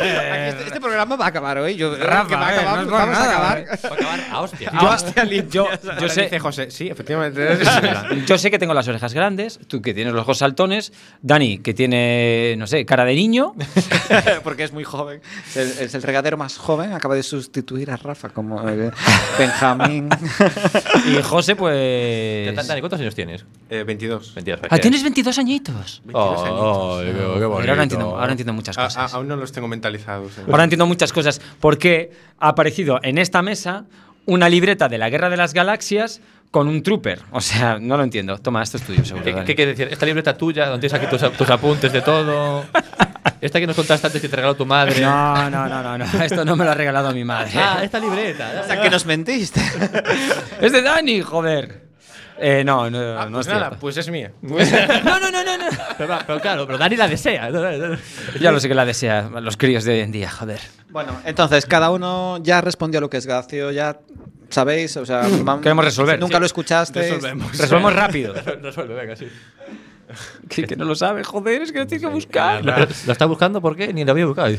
[SPEAKER 10] este, este programa va a acabar hoy. Yo,
[SPEAKER 3] Rafa,
[SPEAKER 10] que va a
[SPEAKER 3] eh,
[SPEAKER 10] acabar,
[SPEAKER 3] no es por
[SPEAKER 10] vamos
[SPEAKER 3] nada, eh.
[SPEAKER 10] a acabar.
[SPEAKER 2] Va a acabar a hostia.
[SPEAKER 3] Yo, yo, yo
[SPEAKER 4] sé.
[SPEAKER 3] sé,
[SPEAKER 4] José, sí, efectivamente.
[SPEAKER 3] yo sé que tengo las orejas grandes, tú que tienes los ojos saltones, Dani que tiene, no sé, cara de niño.
[SPEAKER 10] porque es muy joven. Es el, es el regadero más joven. Acaba de sustituir a Rafa como el Benjamín.
[SPEAKER 3] Y José,
[SPEAKER 2] ¿Qué
[SPEAKER 3] pues.
[SPEAKER 2] tal, Dani? ¿Cuántos años tienes?
[SPEAKER 4] Eh, 22.
[SPEAKER 2] Mentiras.
[SPEAKER 3] Ah, tienes 22 añitos.
[SPEAKER 4] 22 añitos.
[SPEAKER 2] Ay, qué- qué bonito. Ah,
[SPEAKER 3] Pero ahora entiendo, ahora entiendo muchas
[SPEAKER 4] A- a-
[SPEAKER 3] cosas.
[SPEAKER 4] aún no los tengo mentalizados. eh.
[SPEAKER 3] Ahora entiendo muchas cosas. Porque ha aparecido en esta mesa una libreta de la Guerra de las Galaxias con un trooper. O sea, no lo entiendo. Toma, esto es tuyo, seguro.
[SPEAKER 2] ¿Qué,
[SPEAKER 3] Dani.
[SPEAKER 2] qué quiere decir? Esta libreta tuya, donde tienes aquí tus, tus apuntes de todo. Esta que nos contaste antes que te regaló tu madre.
[SPEAKER 3] No, no, no, no, no. Esto no me lo ha regalado mi madre.
[SPEAKER 2] Ah, esta libreta.
[SPEAKER 10] o sea, que nos mentiste.
[SPEAKER 3] es de Dani, joder. Eh, no, no,
[SPEAKER 4] Ah,
[SPEAKER 3] no
[SPEAKER 4] pues
[SPEAKER 3] es
[SPEAKER 4] nada,
[SPEAKER 3] cierto.
[SPEAKER 4] pues es mía.
[SPEAKER 3] No, no, no, no, no.
[SPEAKER 2] Pero, pero claro, pero Dani la desea.
[SPEAKER 3] Ya lo sé que la desea los críos de hoy en día, joder.
[SPEAKER 10] Bueno, entonces, cada uno ya respondió a lo que es Gacio, ya sabéis, o sea, mam-
[SPEAKER 3] Queremos resolver.
[SPEAKER 10] Nunca lo escuchaste.
[SPEAKER 3] Resolvemos rápido.
[SPEAKER 2] Resuelve, venga, sí.
[SPEAKER 3] Que, que no lo sabe, joder, es que lo tienes que buscar.
[SPEAKER 2] Lo, lo está buscando porque ni lo había buscado.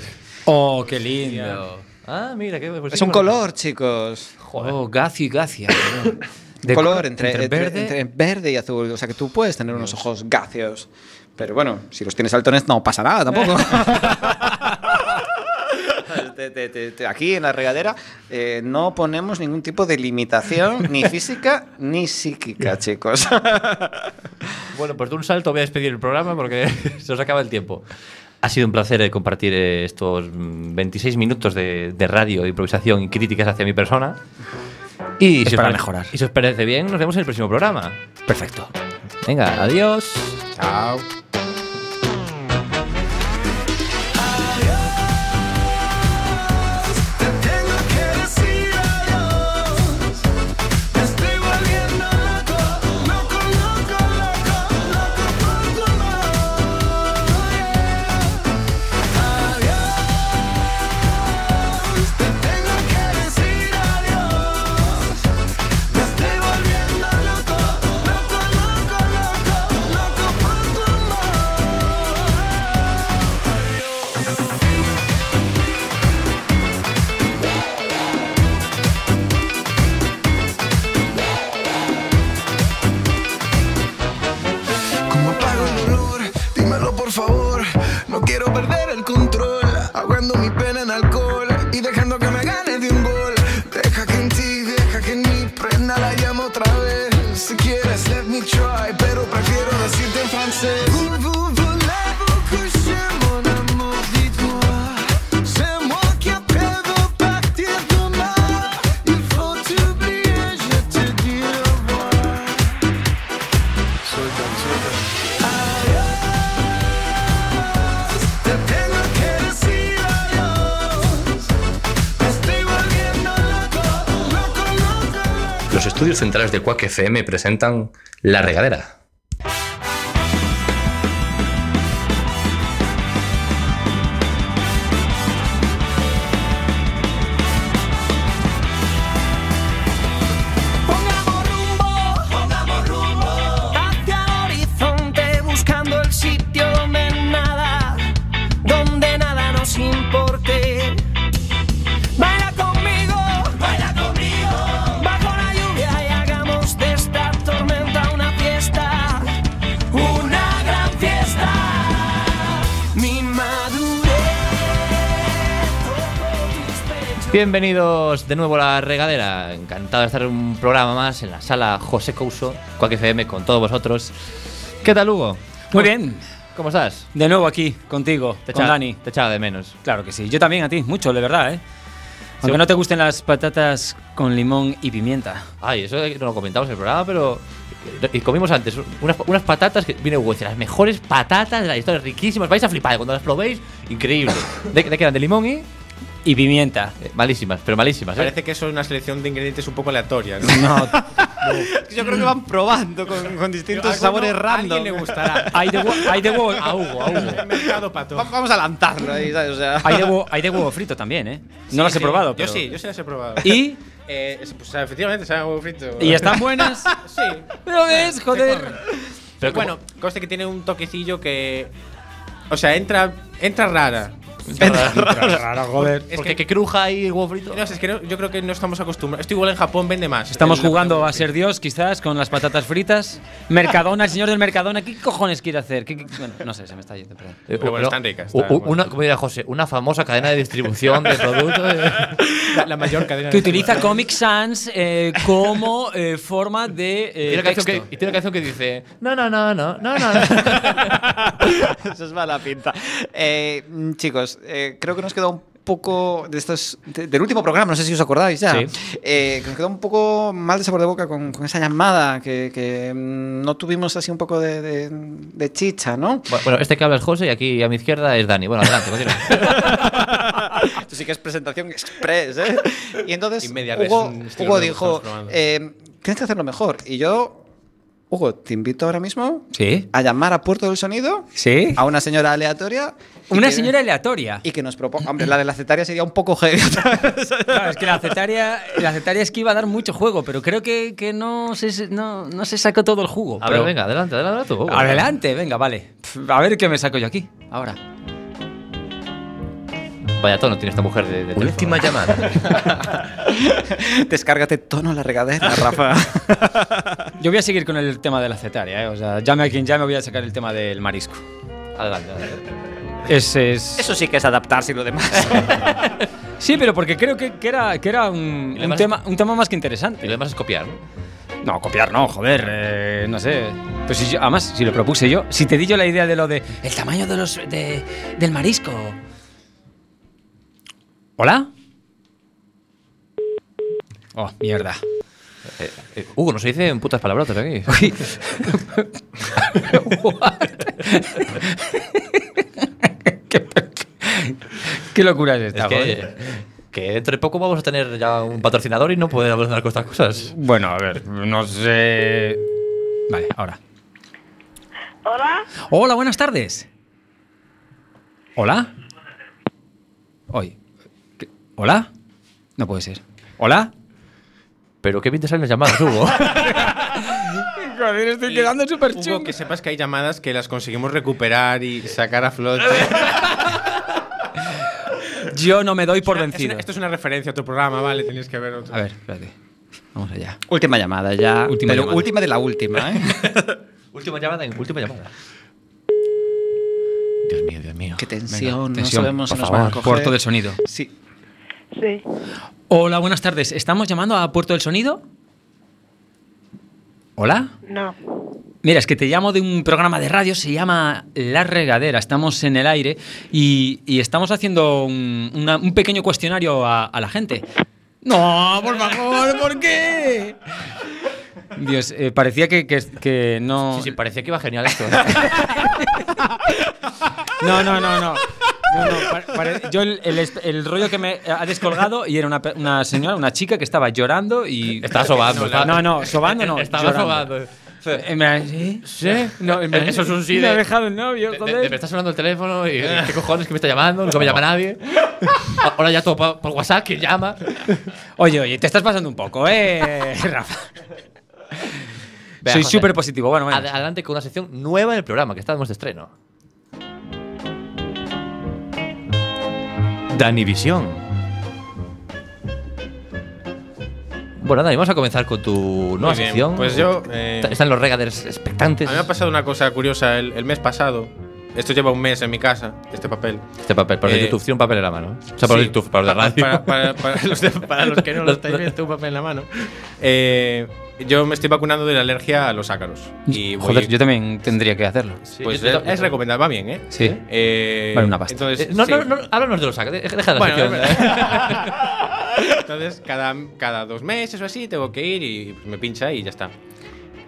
[SPEAKER 3] Oh, qué lindo.
[SPEAKER 2] Ah, mira, qué pues sí
[SPEAKER 10] Es
[SPEAKER 2] que
[SPEAKER 10] un
[SPEAKER 2] me lo-
[SPEAKER 10] color, chicos.
[SPEAKER 3] Oh, gacio y gacia. cabrón.
[SPEAKER 10] De color entre, entre-
[SPEAKER 3] verde.
[SPEAKER 10] entre verde y azul. O sea, que tú puedes tener unos ojos gacios. Pero bueno, si los tienes saltones no pasa nada ah, tampoco. Te- te- te- te- Aquí en la regadera eh, no ponemos ningún tipo de limitación, ni física ni psíquica, chicos.
[SPEAKER 2] Bueno, pues de un salto voy a despedir el programa porque se nos acaba el tiempo. Ha sido un placer eh, compartir eh, estos mm, 26 minutos de, de radio, de improvisación y críticas hacia mi persona. Y
[SPEAKER 3] Es
[SPEAKER 2] si os
[SPEAKER 3] para
[SPEAKER 2] pare-
[SPEAKER 3] mejorar.
[SPEAKER 2] Y si os parece bien, nos vemos en el próximo programa.
[SPEAKER 3] Perfecto.
[SPEAKER 2] Venga, adiós.
[SPEAKER 4] Chao.
[SPEAKER 1] Te tengo que decir adiós. Estoy volviendo loco, loco, loco, loco, loco por tu amor. Adiós. Te tengo que decir adiós. Estoy volviendo loco, loco, loco, loco, loco por tu amor.
[SPEAKER 11] ¿Cómo apago el dolor? Dímelo por favor. No quiero perder el control. Ahogando mi pena en alcohol y dejando que me gane de un gol. Deja que en ti, deja que en mí prenda la llama otra vez. Si quieres, let me try, pero prefiero decirte en francés.
[SPEAKER 1] Voulez-vous coucher, mon amour, dites-moi C'est moi qui appelle vos partir demain Il faut t'oublier, je te dis au revoir Adiós, te tengo que decir adiós Estoy volviendo loco, loco, loco, loco
[SPEAKER 9] Los estudios centrales de Quack FM presentan La Regadera.
[SPEAKER 1] Pongamos rumbo, pongamos rumbo hacia el horizonte buscando el sitio donde nada, donde nada nos importe. Baila conmigo, baila conmigo bajo la lluvia y hagamos de esta tormenta una fiesta.
[SPEAKER 2] Bienvenidos de nuevo a La Regadera. Encantado de estar en un programa más en la sala José Couso, Cuac FM, con todos vosotros. ¿Qué tal, Hugo?
[SPEAKER 3] Muy bien.
[SPEAKER 2] ¿Cómo estás?
[SPEAKER 3] De nuevo aquí, contigo,
[SPEAKER 2] Te
[SPEAKER 3] con
[SPEAKER 2] echaba-
[SPEAKER 3] Dani.
[SPEAKER 2] Te echaba de menos.
[SPEAKER 3] Claro que sí. Yo también a ti, mucho, de verdad, ¿eh? Aunque no te gusten las patatas con limón y pimienta.
[SPEAKER 2] Ay, eso no lo comentamos en el programa, pero. eh, Y comimos antes unas, unas patatas que viene Hugo, dice, las mejores patatas de la historia, riquísimas. Vais a flipar cuando las probéis, increíble. ¿De, de qué eran? ¿De limón y? eh,
[SPEAKER 3] Y pimienta.
[SPEAKER 2] malísimas, pero malísimas. ¿eh?
[SPEAKER 4] Parece que eso es una selección de ingredientes un poco aleatoria, ¿no?
[SPEAKER 6] Yo creo que van probando con, con distintos
[SPEAKER 4] Alguno-
[SPEAKER 6] sabores random.
[SPEAKER 4] alguien le gustará.
[SPEAKER 3] Hay de, hue- hay de huevo.
[SPEAKER 2] A Hugo, a Hugo.
[SPEAKER 4] Mercado pato.
[SPEAKER 6] Va- Vamos a lanzarlo ahí, ¿sabes? O sea,
[SPEAKER 3] Hay de huevo, hay de huevo frito también, ¿eh? No
[SPEAKER 4] Sí,
[SPEAKER 3] las he
[SPEAKER 4] sí.
[SPEAKER 3] probado, pero.
[SPEAKER 4] Yo sí, yo sí las he probado.
[SPEAKER 3] ¿Y?
[SPEAKER 4] Eh, es- pues, efectivamente, saben a huevo frito.
[SPEAKER 3] ¿Y están buenas?
[SPEAKER 4] Sí.
[SPEAKER 3] ¿Pero ves, joder?
[SPEAKER 4] Pero bueno, conste que tiene un toquecillo que. O sea, entra, entra rara.
[SPEAKER 3] Raro, joder.
[SPEAKER 4] Es
[SPEAKER 2] Porque
[SPEAKER 4] que,
[SPEAKER 2] que cruja ahí el huevo frito.
[SPEAKER 4] no, sé, es que no- yo creo que no estamos acostumbrados. Esto igual en Japón vende más.
[SPEAKER 3] Estamos
[SPEAKER 4] El-
[SPEAKER 3] jugando a ser Dios, quizás, con las patatas fritas. Mercadona, el señor del Mercadona, ¿qué cojones quiere hacer? ¿Qué- qué- Bueno, no sé, se me está yendo, perdón.
[SPEAKER 2] Eh,
[SPEAKER 4] Pero bueno,
[SPEAKER 2] no,
[SPEAKER 4] están ricas,
[SPEAKER 2] u-
[SPEAKER 4] están
[SPEAKER 2] u-
[SPEAKER 4] buenas.
[SPEAKER 2] una, como diría José, una famosa cadena de distribución de productos.
[SPEAKER 4] La, la mayor cadena
[SPEAKER 3] Que
[SPEAKER 4] de-
[SPEAKER 3] utiliza Comic Sans eh, como eh, forma de. eh,
[SPEAKER 2] tiene una canción que,
[SPEAKER 3] texto.
[SPEAKER 2] y tiene una canción que dice: No, no, no, no, no, no. no".
[SPEAKER 6] Eso es mala pinta. Eh, mm, chicos, eh, creo que nos queda un poco de estos, de- del último programa, no sé si os acordáis ya, Eh, que nos quedó un poco mal de sabor de boca con, con esa llamada, que, que, mm, no tuvimos así un poco de, de- de chicha, ¿no?
[SPEAKER 2] Bu- bueno, este que habla es José y aquí a mi izquierda es Dani. Bueno, adelante, continúa.
[SPEAKER 6] Esto sí que es presentación express, ¿eh? Y entonces
[SPEAKER 4] Y media res,
[SPEAKER 6] Hugo,
[SPEAKER 4] un estilo
[SPEAKER 6] Hugo
[SPEAKER 4] nuevo que
[SPEAKER 6] dijo,
[SPEAKER 4] estamos probando.
[SPEAKER 6] eh, tienes que hacerlo mejor. Y yo, Hugo, te invito ahora mismo
[SPEAKER 3] ¿Sí?
[SPEAKER 6] a llamar a Puerto del Sonido
[SPEAKER 3] ¿Sí?
[SPEAKER 6] a una señora aleatoria. y
[SPEAKER 3] Una
[SPEAKER 6] que-
[SPEAKER 3] señora aleatoria.
[SPEAKER 6] y que nos proponga. Hombre, la de la cetaria sería un poco heavy.
[SPEAKER 3] Claro, es que la cetaria, la cetaria es que iba a dar mucho juego, pero creo que, que no, se, no, no se sacó todo el jugo.
[SPEAKER 2] A ver,
[SPEAKER 3] pero-
[SPEAKER 2] venga, adelante, adelante tú. Hugo.
[SPEAKER 3] Adelante, venga, vale. Pf, A ver qué me saco yo aquí, ahora.
[SPEAKER 2] Vaya tono tiene esta mujer de, de
[SPEAKER 9] Última
[SPEAKER 2] teléfono.
[SPEAKER 9] llamada.
[SPEAKER 6] Descárgate tono la regadera, Rafa.
[SPEAKER 3] Yo voy a seguir con el tema de la cetaria, ¿eh? o sea, llame a quien llame, voy a sacar el tema del marisco.
[SPEAKER 2] Adelante, adelante.
[SPEAKER 3] Ese es.
[SPEAKER 6] Eso sí que es adaptarse y lo demás.
[SPEAKER 3] Sí, pero porque creo que, que era, que era un,
[SPEAKER 2] le
[SPEAKER 3] un
[SPEAKER 2] vas-
[SPEAKER 3] tema, un tema más que
[SPEAKER 2] Y
[SPEAKER 3] interesante.
[SPEAKER 2] lo demás es copiar. ¿no?
[SPEAKER 3] No, copiar no, joder, eh, no sé. Pues si yo- además, si lo propuse yo, si te di yo la idea de lo de el tamaño de los de- del marisco. ¿Hola? Oh, mierda.
[SPEAKER 2] Eh, eh, Hugo, no se dicen putas palabrotas aquí.
[SPEAKER 3] What? qué, qué locura es
[SPEAKER 2] es
[SPEAKER 3] esta, joder.
[SPEAKER 2] que, que dentro de poco vamos a tener ya un patrocinador y no poder hablar con estas cosas.
[SPEAKER 3] Bueno, a ver, no sé. Vale, ahora.
[SPEAKER 8] Hola,
[SPEAKER 3] Hola, buenas tardes. ¿Hola? Hoy. ¿Qué? ¿Hola? No puede ser. ¿Hola?
[SPEAKER 2] Pero qué bien te salen las llamadas, Hugo.
[SPEAKER 3] Joder, estoy quedando súper
[SPEAKER 4] Hugo, que sepas que hay llamadas que las conseguimos recuperar y sacar a flote.
[SPEAKER 3] Yo no me doy por
[SPEAKER 4] Es
[SPEAKER 3] vencido.
[SPEAKER 4] una- esto es una referencia a otro programa, vale, tenéis que ver otro.
[SPEAKER 3] A ver, espérate. Vamos allá.
[SPEAKER 6] última llamada ya.
[SPEAKER 3] Última
[SPEAKER 6] pero
[SPEAKER 3] llamada.
[SPEAKER 6] última de la última, ¿eh?
[SPEAKER 2] última llamada, en- última llamada. Dios mío, Dios mío.
[SPEAKER 6] Qué tensión,
[SPEAKER 3] tensión,
[SPEAKER 6] no sabemos si
[SPEAKER 3] por
[SPEAKER 6] nos
[SPEAKER 3] favor.
[SPEAKER 6] van a coger.
[SPEAKER 3] Puerto del Sonido.
[SPEAKER 6] Sí.
[SPEAKER 8] sí,
[SPEAKER 3] Hola, buenas tardes. ¿Estamos llamando a Puerto del Sonido? ¿Hola?
[SPEAKER 8] no,
[SPEAKER 3] Mira, es que te llamo de un programa de radio, se llama La Regadera. Estamos en el aire y, y estamos haciendo un, una- un pequeño cuestionario a, a la gente. No, por favor, ¿por qué? Dios, eh, parecía que, que- que no.
[SPEAKER 2] Sí, sí, parecía que iba genial esto.
[SPEAKER 3] No, no, no, no. No, no, pare- pare- yo el, el est- el rollo que me ha descolgado y era una, pe- una señora, una chica que estaba llorando y...
[SPEAKER 2] Estaba sobando, estaba-
[SPEAKER 3] No, no, sobando no.
[SPEAKER 2] Estaba
[SPEAKER 3] llorando.
[SPEAKER 2] sobando.
[SPEAKER 3] Eh, me ha- ¿Sí?
[SPEAKER 2] Sí.
[SPEAKER 3] No, me-
[SPEAKER 2] Eso es un sí
[SPEAKER 3] Me ha
[SPEAKER 2] de-
[SPEAKER 3] dejado el
[SPEAKER 2] De-
[SPEAKER 3] novio,
[SPEAKER 2] de-
[SPEAKER 3] joder.
[SPEAKER 2] de- me está sonando el teléfono y eh, qué cojones que me está llamando, nunca me llama nadie. Ahora ya todo pa- por WhatsApp, que llama.
[SPEAKER 3] Oye, oye, te estás pasando un poco, ¿eh, Rafa?
[SPEAKER 2] Vea,
[SPEAKER 3] Soy
[SPEAKER 2] José.
[SPEAKER 3] súper positivo. Bueno,
[SPEAKER 2] Ad-
[SPEAKER 3] bueno.
[SPEAKER 2] Adelante con una sección nueva en el programa, que estamos de estreno. Danivisión. Bueno, Dani, vamos a comenzar con tu nueva
[SPEAKER 4] Muy bien,
[SPEAKER 2] sección.
[SPEAKER 4] pues yo, eh,
[SPEAKER 2] Están los regaders
[SPEAKER 4] A
[SPEAKER 2] expectantes.
[SPEAKER 4] mí me ha pasado una cosa curiosa el, el mes pasado. Esto lleva un mes en mi casa, este papel.
[SPEAKER 2] Este papel, para
[SPEAKER 4] Eh,
[SPEAKER 2] YouTube, tiene un papel en la mano. ¿eh? O sea, para
[SPEAKER 4] sí.
[SPEAKER 2] YouTube, para la
[SPEAKER 4] Pa-
[SPEAKER 2] radio.
[SPEAKER 4] Para, para- para los, de- para los que no lo estáis viendo, un papel en la mano. Eh, yo me estoy vacunando de la alergia a los ácaros. Y voy-
[SPEAKER 3] Joder, yo también tendría que hacerlo.
[SPEAKER 4] pues es, es recomendable, va bien, ¿eh?
[SPEAKER 3] Sí.
[SPEAKER 4] Eh,
[SPEAKER 3] Vale, una pasta.
[SPEAKER 4] Entonces,
[SPEAKER 2] Eh, no,
[SPEAKER 4] sí.
[SPEAKER 2] no, no, háblanos de los ácaros. de- Deja la
[SPEAKER 4] Bueno,
[SPEAKER 2] sección.
[SPEAKER 4] es verdad. Entonces, cada, cada dos meses o así, tengo que ir y pues, me pincha y ya está.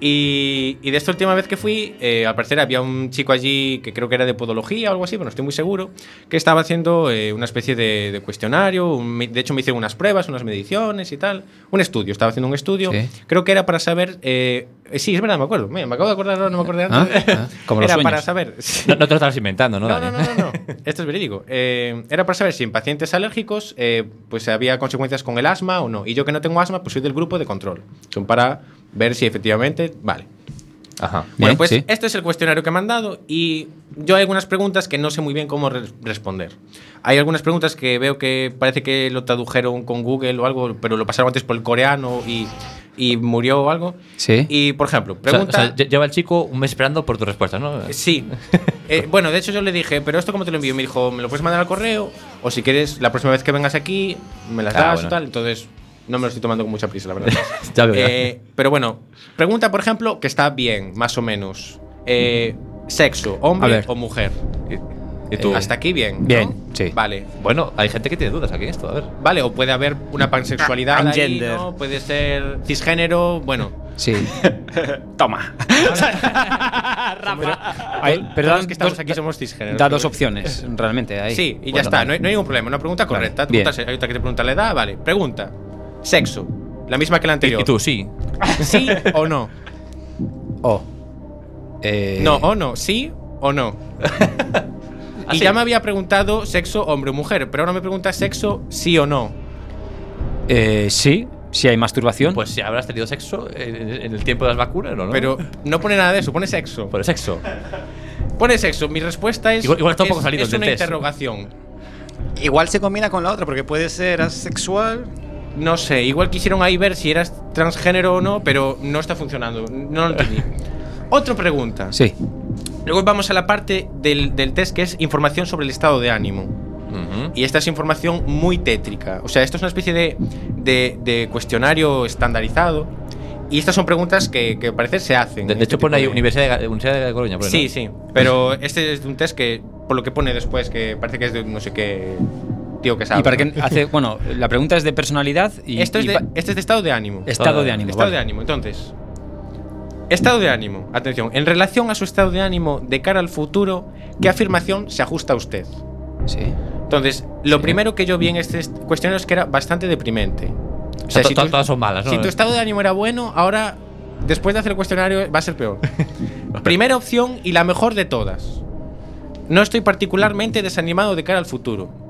[SPEAKER 4] Y, y de esta última vez que fui, eh, al parecer había un chico allí que creo que era de podología o algo así, pero no estoy muy seguro, que estaba haciendo eh, una especie de, de cuestionario. un- de hecho, me hice unas pruebas, unas mediciones y tal. Un estudio, estaba haciendo un estudio.
[SPEAKER 3] Sí.
[SPEAKER 4] Creo que era para saber. eh, eh, sí, es verdad, me acuerdo. Mira, me acabo de acordar ahora, no me acordé antes.
[SPEAKER 2] Ah, ah, como los
[SPEAKER 4] era
[SPEAKER 2] sueños.
[SPEAKER 4] para saber. sí.
[SPEAKER 2] No, no te lo estabas inventando, ¿no,
[SPEAKER 4] No,
[SPEAKER 2] Dani?
[SPEAKER 4] no, no, no, no. Esto es verídico. Eh, era para saber si en pacientes alérgicos eh, pues había consecuencias con el asma o no. Y yo que no tengo asma, pues soy del grupo de control. Son para ver si efectivamente vale.
[SPEAKER 2] Ajá.
[SPEAKER 4] Bueno,
[SPEAKER 3] Bien,
[SPEAKER 4] pues
[SPEAKER 3] sí.
[SPEAKER 4] este es el cuestionario que me han dado y yo hay algunas preguntas que no sé muy bien cómo re- responder. Hay algunas preguntas que veo que parece que lo tradujeron con Google o algo, pero lo pasaron antes por el coreano y, y murió o algo.
[SPEAKER 3] Sí.
[SPEAKER 4] Y, por ejemplo,
[SPEAKER 2] O sea-
[SPEAKER 4] pregunta...
[SPEAKER 2] o sea, lle- lleva el chico un mes esperando por tus respuestas, ¿no?
[SPEAKER 4] Sí. Eh, bueno, de hecho yo le dije, pero esto cómo te lo envío. Y Me dijo, me lo puedes mandar al correo o si quieres la próxima vez que vengas aquí me las
[SPEAKER 2] Ah,
[SPEAKER 4] das
[SPEAKER 2] bueno.
[SPEAKER 4] o tal. Entonces no me lo estoy tomando con mucha prisa, la verdad.
[SPEAKER 2] Ya veo.
[SPEAKER 4] Eh, pero bueno, pregunta por ejemplo que está bien, más o menos. Eh, sexo,
[SPEAKER 3] A
[SPEAKER 4] hombre
[SPEAKER 3] ver.
[SPEAKER 4] o mujer.
[SPEAKER 2] ¿Y tú?
[SPEAKER 4] Hasta aquí bien. ¿no?
[SPEAKER 3] Bien, sí.
[SPEAKER 4] Vale.
[SPEAKER 2] Bueno, hay gente que tiene dudas aquí en esto, a ver.
[SPEAKER 4] Vale, o puede haber una pansexualidad.
[SPEAKER 3] Ah,
[SPEAKER 4] ahí,
[SPEAKER 3] gender.
[SPEAKER 4] ¿no? Puede ser cisgénero. Bueno,
[SPEAKER 3] Sí.
[SPEAKER 5] Toma.
[SPEAKER 3] Hay-
[SPEAKER 4] todos
[SPEAKER 3] perdón,
[SPEAKER 4] los que estamos
[SPEAKER 3] dos-
[SPEAKER 4] aquí somos cisgéneros.
[SPEAKER 3] da dos opciones, realmente. ahí.
[SPEAKER 4] Sí, y ya
[SPEAKER 3] Bueno,
[SPEAKER 4] está,
[SPEAKER 3] vale.
[SPEAKER 4] no hay, no hay ningún problema. Una pregunta correcta. Te
[SPEAKER 3] bien.
[SPEAKER 4] preguntas- hay otra que te pregunta la edad, vale. Pregunta: sexo. La misma que la
[SPEAKER 2] Y,
[SPEAKER 4] anterior.
[SPEAKER 2] y tú, sí.
[SPEAKER 4] ¿Mm? ¿Sí o no?
[SPEAKER 3] O. Eh,
[SPEAKER 4] No, o no. ¿Sí o no? y ya me había preguntado sexo hombre o mujer, pero ahora me pregunta sexo sí o no.
[SPEAKER 3] eh, sí, si hay masturbación.
[SPEAKER 2] Pues si habrás tenido sexo en, en el tiempo de las vacunas, ¿o ¿no?
[SPEAKER 4] Pero no pone nada de eso, pone sexo.
[SPEAKER 2] Por el sexo.
[SPEAKER 4] Pone sexo. Mi respuesta es.
[SPEAKER 2] Igual- igual está un poco
[SPEAKER 4] es-
[SPEAKER 2] salido
[SPEAKER 4] es
[SPEAKER 2] del
[SPEAKER 4] una
[SPEAKER 2] test.
[SPEAKER 4] interrogación.
[SPEAKER 10] Igual se combina con la otra, porque puede ser asexual.
[SPEAKER 4] No sé, igual quisieron ahí ver si eras transgénero o no, pero no está funcionando. No lo entendí. Otra pregunta.
[SPEAKER 3] sí.
[SPEAKER 4] Luego vamos a la parte del, del test que es información sobre el estado de ánimo.
[SPEAKER 2] Ujú.
[SPEAKER 4] Y esta es información muy tétrica. O sea, esto es una especie de, de- de cuestionario estandarizado. Y estas son preguntas que, que parece se hacen.
[SPEAKER 2] De, de
[SPEAKER 4] Este
[SPEAKER 2] hecho,
[SPEAKER 4] tipo
[SPEAKER 2] pone ahí
[SPEAKER 4] de-
[SPEAKER 2] Universidad de, Universidad de Coruña. pone, ¿no?
[SPEAKER 4] Sí, sí. Pero este es de un test que, por lo que pone después, que parece que es de un no sé qué tío que sabe.
[SPEAKER 3] Y para que
[SPEAKER 4] ¿no?
[SPEAKER 3] hace, bueno, la pregunta es de personalidad y,
[SPEAKER 4] Esto es
[SPEAKER 3] y
[SPEAKER 4] de,
[SPEAKER 3] pa-
[SPEAKER 4] este es de estado de ánimo.
[SPEAKER 3] estado de ánimo.
[SPEAKER 4] Estado
[SPEAKER 3] vale.
[SPEAKER 4] de ánimo, entonces. Estado de ánimo, atención. En relación a su estado de ánimo de cara al futuro, ¿qué afirmación se ajusta a usted?
[SPEAKER 3] Sí.
[SPEAKER 4] Entonces, lo primero que yo vi en este est- cuestionario es que era bastante deprimente.
[SPEAKER 2] O sea, to- to- todas son malas, ¿no?
[SPEAKER 4] si tu estado de ánimo era bueno, ahora, después de hacer el cuestionario, va a ser peor. Primera opción y la mejor de todas. No estoy particularmente desanimado de cara al futuro.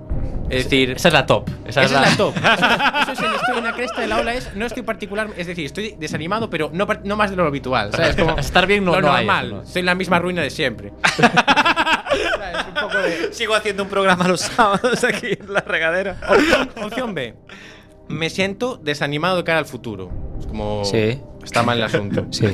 [SPEAKER 4] Es decir,
[SPEAKER 2] Esa es la top. Esa,
[SPEAKER 4] esa es la top. Eso es el estoy en la cresta de la ola. Es, no estoy particular, es decir, estoy desanimado, pero no, par- no más de lo habitual. ¿sabes? Como,
[SPEAKER 2] Estar bien no-
[SPEAKER 4] lo
[SPEAKER 2] no hay
[SPEAKER 4] normal.
[SPEAKER 2] eso, ¿no?
[SPEAKER 4] Estoy en la misma ruina de siempre. ¿Sabes? Un poco de-
[SPEAKER 6] Sigo haciendo un programa los sábados aquí en la regadera.
[SPEAKER 4] Opción, opción B. Me siento desanimado de cara al futuro. Es como.
[SPEAKER 3] Sí.
[SPEAKER 4] Está mal el asunto.
[SPEAKER 3] Sí.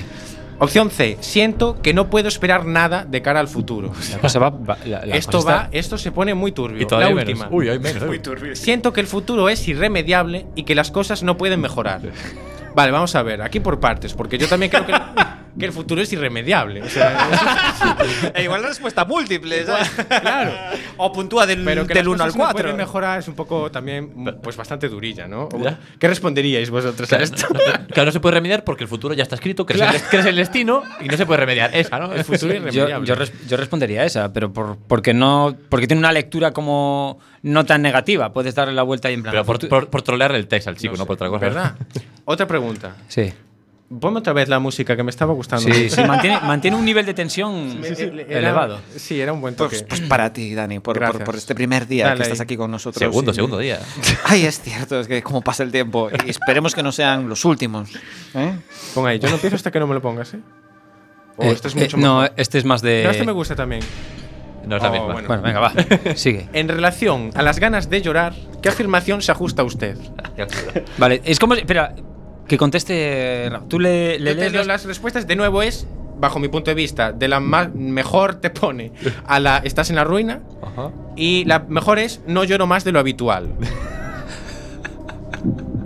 [SPEAKER 4] Opción C. Siento que no puedo esperar nada de cara al futuro.
[SPEAKER 3] La cosa va. va- la- la
[SPEAKER 4] esto
[SPEAKER 3] cosa
[SPEAKER 4] va,
[SPEAKER 3] está-
[SPEAKER 4] esto se pone muy turbio.
[SPEAKER 2] Y todavía
[SPEAKER 4] la
[SPEAKER 2] hay menos.
[SPEAKER 4] última.
[SPEAKER 2] Uy, hay menos.
[SPEAKER 5] Muy
[SPEAKER 2] ¿eh?
[SPEAKER 5] turbio.
[SPEAKER 4] Siento que el futuro es irremediable y que las cosas no pueden mejorar. Vale, vamos a ver, aquí por partes, porque yo también creo que, que el futuro es irremediable. O sea,
[SPEAKER 6] E igual la respuesta múltiple, ¿sabes?
[SPEAKER 4] claro.
[SPEAKER 6] O puntúa del,
[SPEAKER 4] Pero que
[SPEAKER 6] del
[SPEAKER 4] las
[SPEAKER 6] 1 al
[SPEAKER 4] cosas no
[SPEAKER 6] 4.
[SPEAKER 4] pueden mejorar es un poco también, pues bastante durilla, ¿no? O-
[SPEAKER 2] Ya.
[SPEAKER 4] ¿Qué responderíais vosotros a esto?
[SPEAKER 2] Claro, no se puede remediar porque el futuro ya está escrito, que, es, el, que es el destino y no se puede remediar. Esa, ¿no?
[SPEAKER 4] El futuro es
[SPEAKER 3] Yo,
[SPEAKER 4] irremediable.
[SPEAKER 3] yo res- yo respondería a esa, pero por- porque no porque tiene una lectura como no tan negativa. Puedes darle la vuelta y en plan.
[SPEAKER 2] Pero por, por, por trolearle el text al chico, no,
[SPEAKER 4] sé,
[SPEAKER 2] por otra cosa.
[SPEAKER 4] ¿Verdad? Otra pregunta.
[SPEAKER 3] Sí.
[SPEAKER 4] Ponme otra vez la música que me estaba gustando.
[SPEAKER 3] Sí, sí, mantiene, mantiene un nivel de tensión
[SPEAKER 4] Era-
[SPEAKER 3] elevado.
[SPEAKER 4] Sí, era un buen toque.
[SPEAKER 6] Pues, pues para ti, Dani, por, por,
[SPEAKER 4] Gracias.
[SPEAKER 6] por este primer día
[SPEAKER 4] Dale
[SPEAKER 6] que
[SPEAKER 4] ahí.
[SPEAKER 6] estás aquí con nosotros.
[SPEAKER 2] Segundo,
[SPEAKER 6] Y-
[SPEAKER 2] segundo día.
[SPEAKER 6] Ay, es cierto, es que cómo pasa el tiempo. Y esperemos que no sean los últimos. ¿eh?
[SPEAKER 4] Pon ahí, yo no empiezo hasta que no me lo pongas, ¿eh? O
[SPEAKER 3] Eh,
[SPEAKER 4] esto es
[SPEAKER 3] eh,
[SPEAKER 4] mucho
[SPEAKER 3] no,
[SPEAKER 4] mejor.
[SPEAKER 3] este es más de.
[SPEAKER 4] No, este me gusta también.
[SPEAKER 2] No es la
[SPEAKER 4] Oh,
[SPEAKER 2] misma.
[SPEAKER 4] bueno.
[SPEAKER 3] Bueno, venga, va. Sigue.
[SPEAKER 4] En relación a las ganas de llorar, ¿qué afirmación se ajusta a usted?
[SPEAKER 3] Vale, es como. Espera, que conteste. Rafa. Tú le, le
[SPEAKER 4] Yo te
[SPEAKER 3] lees
[SPEAKER 4] leo
[SPEAKER 3] los-
[SPEAKER 4] las respuestas de nuevo es bajo mi punto de vista, de la más mejor te pone a la estás en la ruina y la mejor es no lloro más de lo habitual.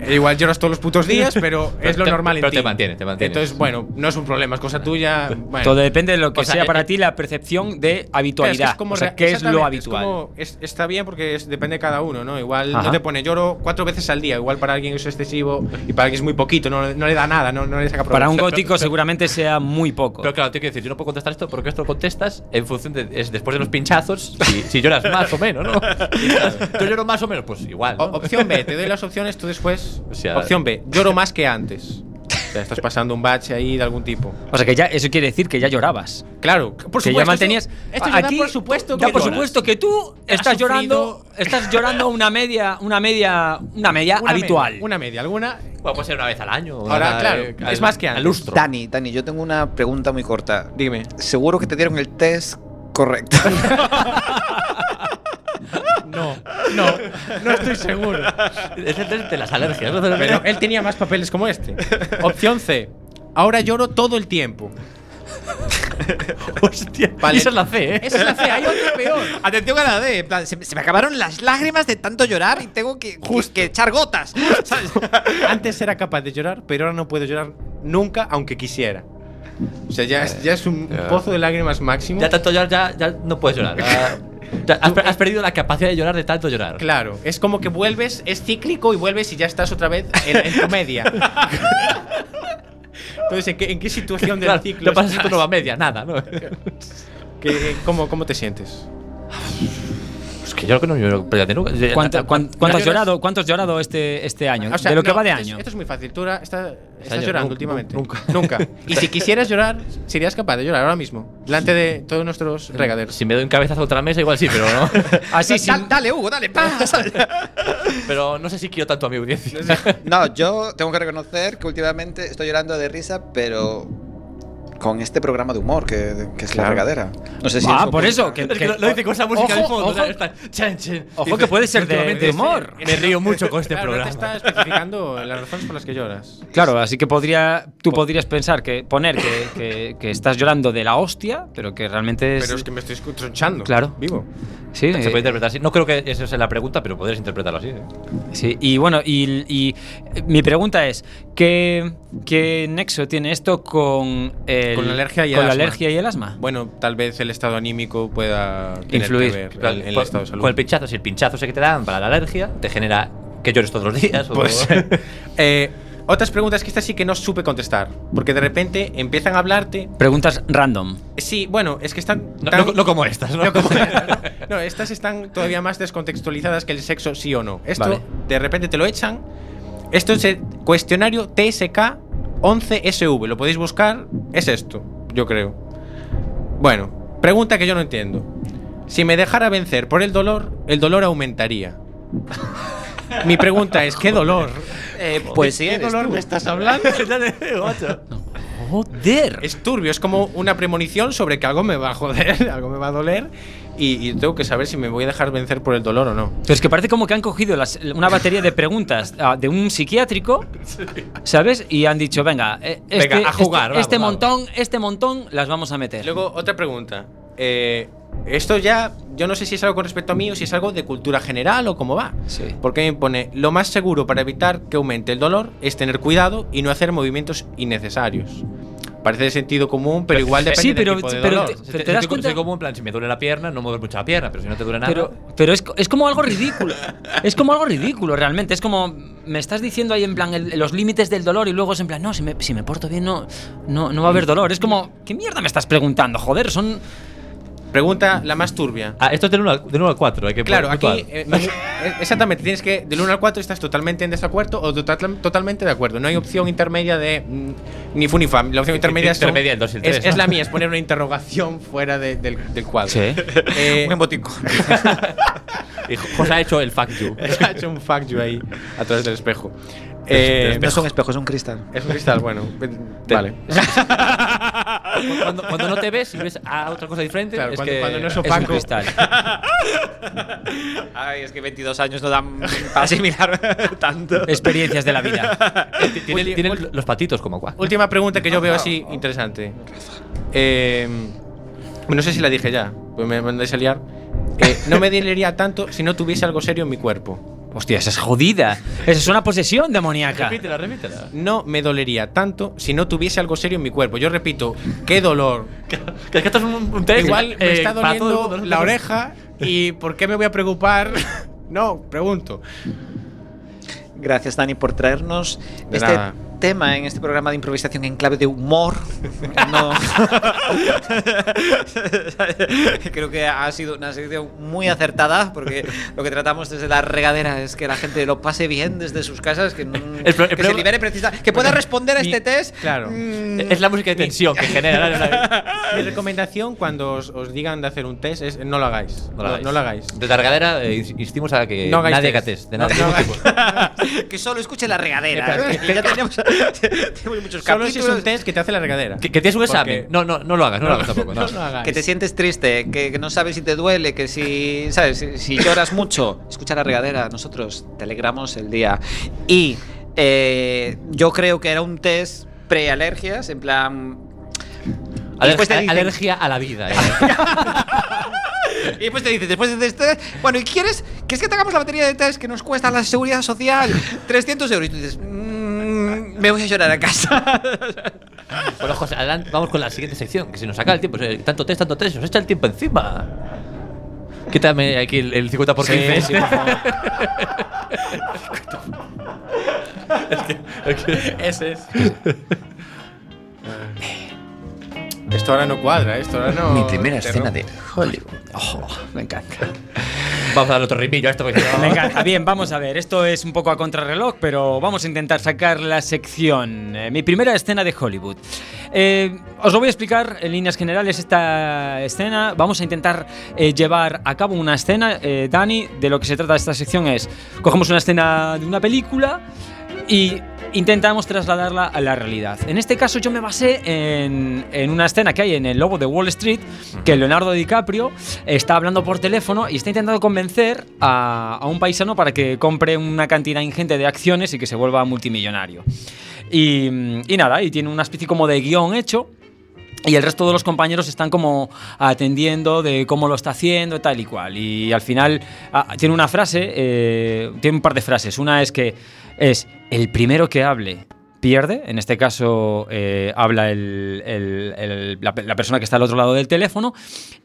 [SPEAKER 4] Igual lloras todos los putos días, pero es
[SPEAKER 2] Pero
[SPEAKER 4] lo
[SPEAKER 2] te-
[SPEAKER 4] normal en
[SPEAKER 2] pero te
[SPEAKER 4] ti.
[SPEAKER 2] mantiene, te mantiene.
[SPEAKER 4] Entonces, bueno, no es un problema, es cosa tuya. bueno.
[SPEAKER 3] Todo depende de lo que
[SPEAKER 4] O sea,
[SPEAKER 3] sea
[SPEAKER 4] eh,
[SPEAKER 3] para ti la percepción de
[SPEAKER 4] Claro, es que
[SPEAKER 3] habitualidad.
[SPEAKER 4] es como
[SPEAKER 3] o sea,
[SPEAKER 4] rea-
[SPEAKER 3] ¿qué es lo
[SPEAKER 4] exactamente,
[SPEAKER 3] habitual?
[SPEAKER 4] como- es- está bien porque es- depende de cada uno, ¿no? Igual
[SPEAKER 3] Ajá.
[SPEAKER 4] no te pone lloro cuatro veces al día. Igual para alguien es excesivo y para alguien es muy poquito, no, no le da nada, no, no le saca
[SPEAKER 3] Para un
[SPEAKER 4] provecho.
[SPEAKER 3] gótico seguramente sea muy poco.
[SPEAKER 2] Pero claro, tengo que decir, yo no puedo contestar esto porque esto lo contestas en función de. Es después de los pinchazos, si, si lloras más o menos, ¿no? Y claro, Yo lloro más o menos, pues igual. ¿no?
[SPEAKER 4] O- opción B, te doy las opciones, tú después.
[SPEAKER 2] O sea-
[SPEAKER 4] opción B, lloro más que antes. Te estás pasando un bache ahí de algún tipo.
[SPEAKER 3] O sea, que ya eso quiere decir que ya llorabas.
[SPEAKER 4] Claro, por
[SPEAKER 3] que
[SPEAKER 4] supuesto,
[SPEAKER 3] ya mantenías.
[SPEAKER 4] esto- esto ya da por supuesto
[SPEAKER 3] da
[SPEAKER 4] que
[SPEAKER 3] por
[SPEAKER 4] lloras.
[SPEAKER 3] supuesto que tú
[SPEAKER 4] Has
[SPEAKER 3] estás
[SPEAKER 4] sufrido-
[SPEAKER 3] llorando, estás llorando una media, una media, una media
[SPEAKER 4] Una
[SPEAKER 3] habitual.
[SPEAKER 4] media, una media, alguna.
[SPEAKER 2] Bueno, Pues puede ser una vez al año. o
[SPEAKER 4] Ahora,
[SPEAKER 2] una-
[SPEAKER 4] claro,
[SPEAKER 2] eh,
[SPEAKER 4] es más que
[SPEAKER 2] al
[SPEAKER 4] antes.
[SPEAKER 2] lustro.
[SPEAKER 10] Dani, Dani, yo tengo una pregunta muy corta.
[SPEAKER 4] Dime.
[SPEAKER 10] Seguro que te dieron el test correcto.
[SPEAKER 4] No, no, no estoy seguro.
[SPEAKER 2] Es el test de las alergias. ¿no?
[SPEAKER 4] Pero él tenía más papeles como este. Opción C. Ahora lloro todo el tiempo.
[SPEAKER 2] Hostia.
[SPEAKER 4] Vale.
[SPEAKER 2] Y esa es la C, ¿eh?
[SPEAKER 4] Esa es la C, hay otra peor.
[SPEAKER 6] Atención a la D, en plan, se, me- se me acabaron las lágrimas de tanto llorar y tengo que, que- que echar gotas. ¿sabes?
[SPEAKER 4] Antes era capaz de llorar, pero ahora no puedo llorar nunca, aunque quisiera. O sea, ya es, ya es un pozo de lágrimas máximo.
[SPEAKER 2] Eh, Ya tanto llorar, ya, ya no puedes llorar. Ya- ya has, per- has perdido la capacidad de llorar de tanto llorar.
[SPEAKER 4] Claro, es como que vuelves, es cíclico y vuelves y ya estás otra vez en, en tu media. Entonces, ¿en qué, en qué situación del
[SPEAKER 2] Claro,
[SPEAKER 4] ciclo?
[SPEAKER 2] no pasas
[SPEAKER 4] estás?
[SPEAKER 2] tu nueva media, nada, ¿no?
[SPEAKER 4] ¿Qué- cómo, ¿Cómo te sientes?
[SPEAKER 2] Es que yo creo que no lloro. prácticamente nunca. Ya-
[SPEAKER 3] ¿Cuánto,
[SPEAKER 2] ya-
[SPEAKER 3] cuán- cuánto has
[SPEAKER 4] lloras?
[SPEAKER 3] llorado? ¿Cuánto has llorado este, este año?
[SPEAKER 4] O sea,
[SPEAKER 3] de lo que
[SPEAKER 4] no,
[SPEAKER 3] va de
[SPEAKER 4] esto es-
[SPEAKER 3] año. Este
[SPEAKER 4] Esto es muy fácil. Tú ahora estás, estás
[SPEAKER 2] año,
[SPEAKER 4] llorando
[SPEAKER 2] nu-
[SPEAKER 4] últimamente.
[SPEAKER 2] nu- nunca.
[SPEAKER 4] Nunca. y si quisieras llorar, serías capaz de llorar ahora mismo. Delante de todos nuestros regaderos.
[SPEAKER 2] Si me doy un cabezazo contra la mesa, igual sí, pero no.
[SPEAKER 3] Así Ah, sí.
[SPEAKER 6] Dal- dale, Hugo, dale. pa, ¿sabes?
[SPEAKER 2] pero no sé si quiero tanto a mi audiencia.
[SPEAKER 10] no, yo tengo que reconocer que últimamente estoy llorando de risa, pero con este programa de humor que, que es
[SPEAKER 4] Claro.
[SPEAKER 10] la regadera. No sé si
[SPEAKER 3] Ah,
[SPEAKER 10] eso-
[SPEAKER 3] por eso. Que,
[SPEAKER 2] Es
[SPEAKER 3] que-
[SPEAKER 2] que lo, lo dice con esa música
[SPEAKER 3] ojo,
[SPEAKER 2] de fondo. o sea,
[SPEAKER 3] ojo.
[SPEAKER 2] está chan, chan.
[SPEAKER 3] Ojo que puede ser de-
[SPEAKER 2] Últimamente
[SPEAKER 3] de humor.
[SPEAKER 2] Me río mucho con este
[SPEAKER 4] Claro, no te está
[SPEAKER 2] programa.
[SPEAKER 4] especificando las razones por las que lloras.
[SPEAKER 3] Claro, así que podría, tú podrías pensar que poner que, que- que estás llorando de la hostia, pero que realmente es.
[SPEAKER 4] Pero es que me estoy escu- tronchando.
[SPEAKER 3] Claro.
[SPEAKER 4] Vivo.
[SPEAKER 3] sí,
[SPEAKER 2] Se puede
[SPEAKER 3] eh,
[SPEAKER 2] interpretar así. No creo que esa sea la pregunta, pero podrías interpretarlo así. ¿eh?
[SPEAKER 3] Sí, y bueno, y, y, eh, mi pregunta es, ¿qué, qué nexo tiene esto con, el-
[SPEAKER 4] Con la alergia y el
[SPEAKER 3] con la
[SPEAKER 4] asma.
[SPEAKER 3] alergia y el asma?
[SPEAKER 4] Bueno, tal vez el estado anímico pueda tener que
[SPEAKER 3] Influir,
[SPEAKER 4] ver en-
[SPEAKER 2] Claro,
[SPEAKER 4] en el
[SPEAKER 2] con,
[SPEAKER 4] estado de salud.
[SPEAKER 2] con el pinchazo, si el pinchazo sé que te dan para la alergia, te genera que llores todos los días. o-
[SPEAKER 4] Pues, eh, otras preguntas que estas sí que no supe contestar. Porque de repente empiezan a hablarte.
[SPEAKER 3] Preguntas random.
[SPEAKER 4] Sí, bueno, es que están.
[SPEAKER 2] no,
[SPEAKER 4] tan-
[SPEAKER 2] no- no como estas, ¿no?
[SPEAKER 4] No, como- no, estas están todavía más descontextualizadas que el sexo sí o no. Esto
[SPEAKER 3] Vale.
[SPEAKER 4] de repente te lo echan. Esto es el cuestionario TSK 11SV. Lo podéis buscar. Es esto, yo creo. Bueno, pregunta que yo no entiendo. Si me dejara vencer por el dolor, el dolor aumentaría. Mi pregunta es, ¿qué dolor?
[SPEAKER 10] Eh, pues sí,
[SPEAKER 4] ¿Qué
[SPEAKER 10] eres
[SPEAKER 4] dolor
[SPEAKER 10] tú.
[SPEAKER 4] me estás hablando?
[SPEAKER 3] ¡Joder!
[SPEAKER 4] Es turbio, es como una premonición sobre que algo me va a joder, algo me va a doler y, y tengo que saber si me voy a dejar vencer por el dolor o no.
[SPEAKER 3] Pero es que parece como que han cogido las- una batería de preguntas ah, de un psiquiátrico, ¿sabes? Y han dicho, venga, eh, este,
[SPEAKER 2] Venga, a jugar,
[SPEAKER 3] este, este
[SPEAKER 2] vamos,
[SPEAKER 3] montón, este montón las vamos a meter.
[SPEAKER 4] Luego, otra pregunta. Eh, esto ya, yo no sé si es algo con respecto a mí o si es algo de cultura general o cómo va.
[SPEAKER 3] Sí.
[SPEAKER 4] Porque me pone, lo más seguro para evitar que aumente el dolor es tener cuidado y no hacer movimientos innecesarios. Parece de sentido común, pero igual depende
[SPEAKER 3] sí,
[SPEAKER 4] del
[SPEAKER 3] pero-
[SPEAKER 4] tipo de
[SPEAKER 3] pero
[SPEAKER 4] dolor.
[SPEAKER 3] te-
[SPEAKER 2] Si
[SPEAKER 3] pero
[SPEAKER 2] si
[SPEAKER 3] das
[SPEAKER 2] soy-
[SPEAKER 3] cuenta-
[SPEAKER 2] soy como en plan, si me duele la pierna, no mover mucho la pierna, pero si no te duele nada.
[SPEAKER 3] Pero, pero es, es como algo ridículo. Es como algo ridículo, realmente. Es como. Me estás diciendo ahí en plan el- los límites del dolor y luego es en plan, no, si me, si me porto bien no, no, no va a haber dolor. Es como, ¿qué mierda me estás preguntando? Joder, son.
[SPEAKER 4] Pregunta la más turbia.
[SPEAKER 2] Ah, esto es del 1 al, del uno al 4, hay que
[SPEAKER 4] Claro,
[SPEAKER 2] poner
[SPEAKER 4] aquí
[SPEAKER 2] puntual.
[SPEAKER 4] eh, eh, exactamente, tienes que del 1 al 4 estás totalmente en desacuerdo o total- totalmente de acuerdo. No hay opción intermedia de mm, ni fu ni fa. La opción intermedia, es,
[SPEAKER 2] Intermedia, el dos y el tres,
[SPEAKER 4] es, es
[SPEAKER 2] ¿no?
[SPEAKER 4] la mía, es poner una interrogación fuera de- del, del cuadro.
[SPEAKER 3] Sí.
[SPEAKER 4] Eh,
[SPEAKER 10] Un emoticón.
[SPEAKER 2] Y José ha hecho el fuck you.
[SPEAKER 4] ha hecho un fuck you ahí a través del espejo. Eh,
[SPEAKER 10] no son espejos, es un cristal.
[SPEAKER 4] es un cristal, bueno. eh, Vale.
[SPEAKER 2] Cuando, cuando no te ves y ves a otra cosa diferente,
[SPEAKER 4] Claro,
[SPEAKER 2] es
[SPEAKER 4] cuando-
[SPEAKER 2] que
[SPEAKER 4] cuando no es
[SPEAKER 2] un
[SPEAKER 4] opaco.
[SPEAKER 2] cristal.
[SPEAKER 10] Ay, es que 22 años no dan para asimilar tanto.
[SPEAKER 3] Experiencias de la vida.
[SPEAKER 2] Tiene, tiene los patitos como guac.
[SPEAKER 4] Última pregunta que yo veo así interesante. Eh, no sé si la dije ya, pues me mandáis a liar. Eh, no me dolería tanto si no tuviese algo serio en mi cuerpo.
[SPEAKER 3] Hostia, esa es jodida. Esa es una posesión demoníaca.
[SPEAKER 2] Repítela, repítela.
[SPEAKER 4] No me dolería tanto si no tuviese algo serio en mi cuerpo. Yo repito, qué dolor.
[SPEAKER 2] Es que esto es un, un test.
[SPEAKER 4] Igual me
[SPEAKER 2] eh,
[SPEAKER 4] está
[SPEAKER 2] para todo el
[SPEAKER 4] doliendo
[SPEAKER 2] mundo.
[SPEAKER 4] la oreja y ¿por qué me voy a preocupar? No, pregunto.
[SPEAKER 10] Gracias, Dani, por traernos
[SPEAKER 4] De
[SPEAKER 10] este
[SPEAKER 4] nada.
[SPEAKER 10] tema en este programa de improvisación en clave de humor. No. Creo que ha sido una sección muy acertada porque lo que tratamos desde la regadera es que la gente lo pase bien desde sus casas, que, no-
[SPEAKER 2] El pro- el
[SPEAKER 10] que se
[SPEAKER 2] problema-
[SPEAKER 10] libere precisa, que pueda responder a
[SPEAKER 4] Mi-
[SPEAKER 10] este test.
[SPEAKER 4] Claro.
[SPEAKER 10] mm,
[SPEAKER 2] Es la música de tensión que genera. ¿no?
[SPEAKER 4] Mi recomendación cuando os, os digan de hacer un test es no lo hagáis. No
[SPEAKER 2] lo hagáis.
[SPEAKER 4] No lo hagáis.
[SPEAKER 2] De Targadera eh, ins- insistimos a que
[SPEAKER 4] No hagáis
[SPEAKER 2] nadie haga test.
[SPEAKER 4] test.
[SPEAKER 2] De
[SPEAKER 4] No-
[SPEAKER 2] nada.
[SPEAKER 4] no hagáis-
[SPEAKER 10] que solo escuche la regadera. que ya tenemos, tenemos muchos
[SPEAKER 4] Solo si es
[SPEAKER 10] capítulos.
[SPEAKER 4] un test que te hace la regadera.
[SPEAKER 2] que, que tienes un
[SPEAKER 4] Porque-
[SPEAKER 2] examen. No, no, no lo hagas, no, lo hagas tampoco. no.
[SPEAKER 4] No lo hagáis.
[SPEAKER 10] Que te sientes triste, que, que no sabes si te duele, que si, ¿sabes? si, si lloras mucho, escucha la regadera. Nosotros te alegramos el día. Y eh, yo creo que era un test prealergias, en plan. y
[SPEAKER 2] Alergia,
[SPEAKER 10] después te dicen-
[SPEAKER 2] alergia a la vida. eh.
[SPEAKER 10] Y después te dicen, después de este, bueno, ¿y quieres? ¿Quieres que te hagamos la batería de test que nos cuesta la seguridad social? 300 euros. Y tú dices, "Mm, me voy a llorar a casa.
[SPEAKER 2] Bueno, José, adelante, vamos con la siguiente sección, que se nos acaba el tiempo. Eh, Tanto test, tanto test, se nos echa el tiempo encima. Quítame aquí el, el 50 por 15.
[SPEAKER 3] sí, por favor.
[SPEAKER 4] Ese es. Esto ahora no cuadra, esto ahora no.
[SPEAKER 9] Mi primera
[SPEAKER 4] te
[SPEAKER 9] escena
[SPEAKER 4] rompe.
[SPEAKER 9] de Hollywood.
[SPEAKER 10] me encanta.
[SPEAKER 2] Vamos a dar otro ritmillo a esto. porque no-
[SPEAKER 3] Venga, bien, vamos a ver. Esto es un poco a contrarreloj, pero vamos a intentar sacar la sección. eh, mi primera escena de Hollywood. Eh, os lo voy a explicar en líneas generales esta escena. Vamos a intentar eh, llevar a cabo una escena, eh, Dani. De lo que se trata esta sección es, cogemos una escena de una película y intentamos trasladarla a la realidad. En este caso yo me basé en, en una escena que hay en el lobo de Wall Street, que Leonardo DiCaprio está hablando por teléfono y está intentando convencer a, a un paisano para que compre una cantidad ingente de acciones y que se vuelva multimillonario. Y, y nada, y tiene una especie como de guión hecho. Y el resto de los compañeros están como atendiendo de cómo lo está haciendo, tal y cual. Y al final ah, tiene una frase, eh, tiene un par de frases. Una es que es el primero que hable pierde, en este caso eh, habla el- el- el- la, pe- la persona que está al otro lado del teléfono,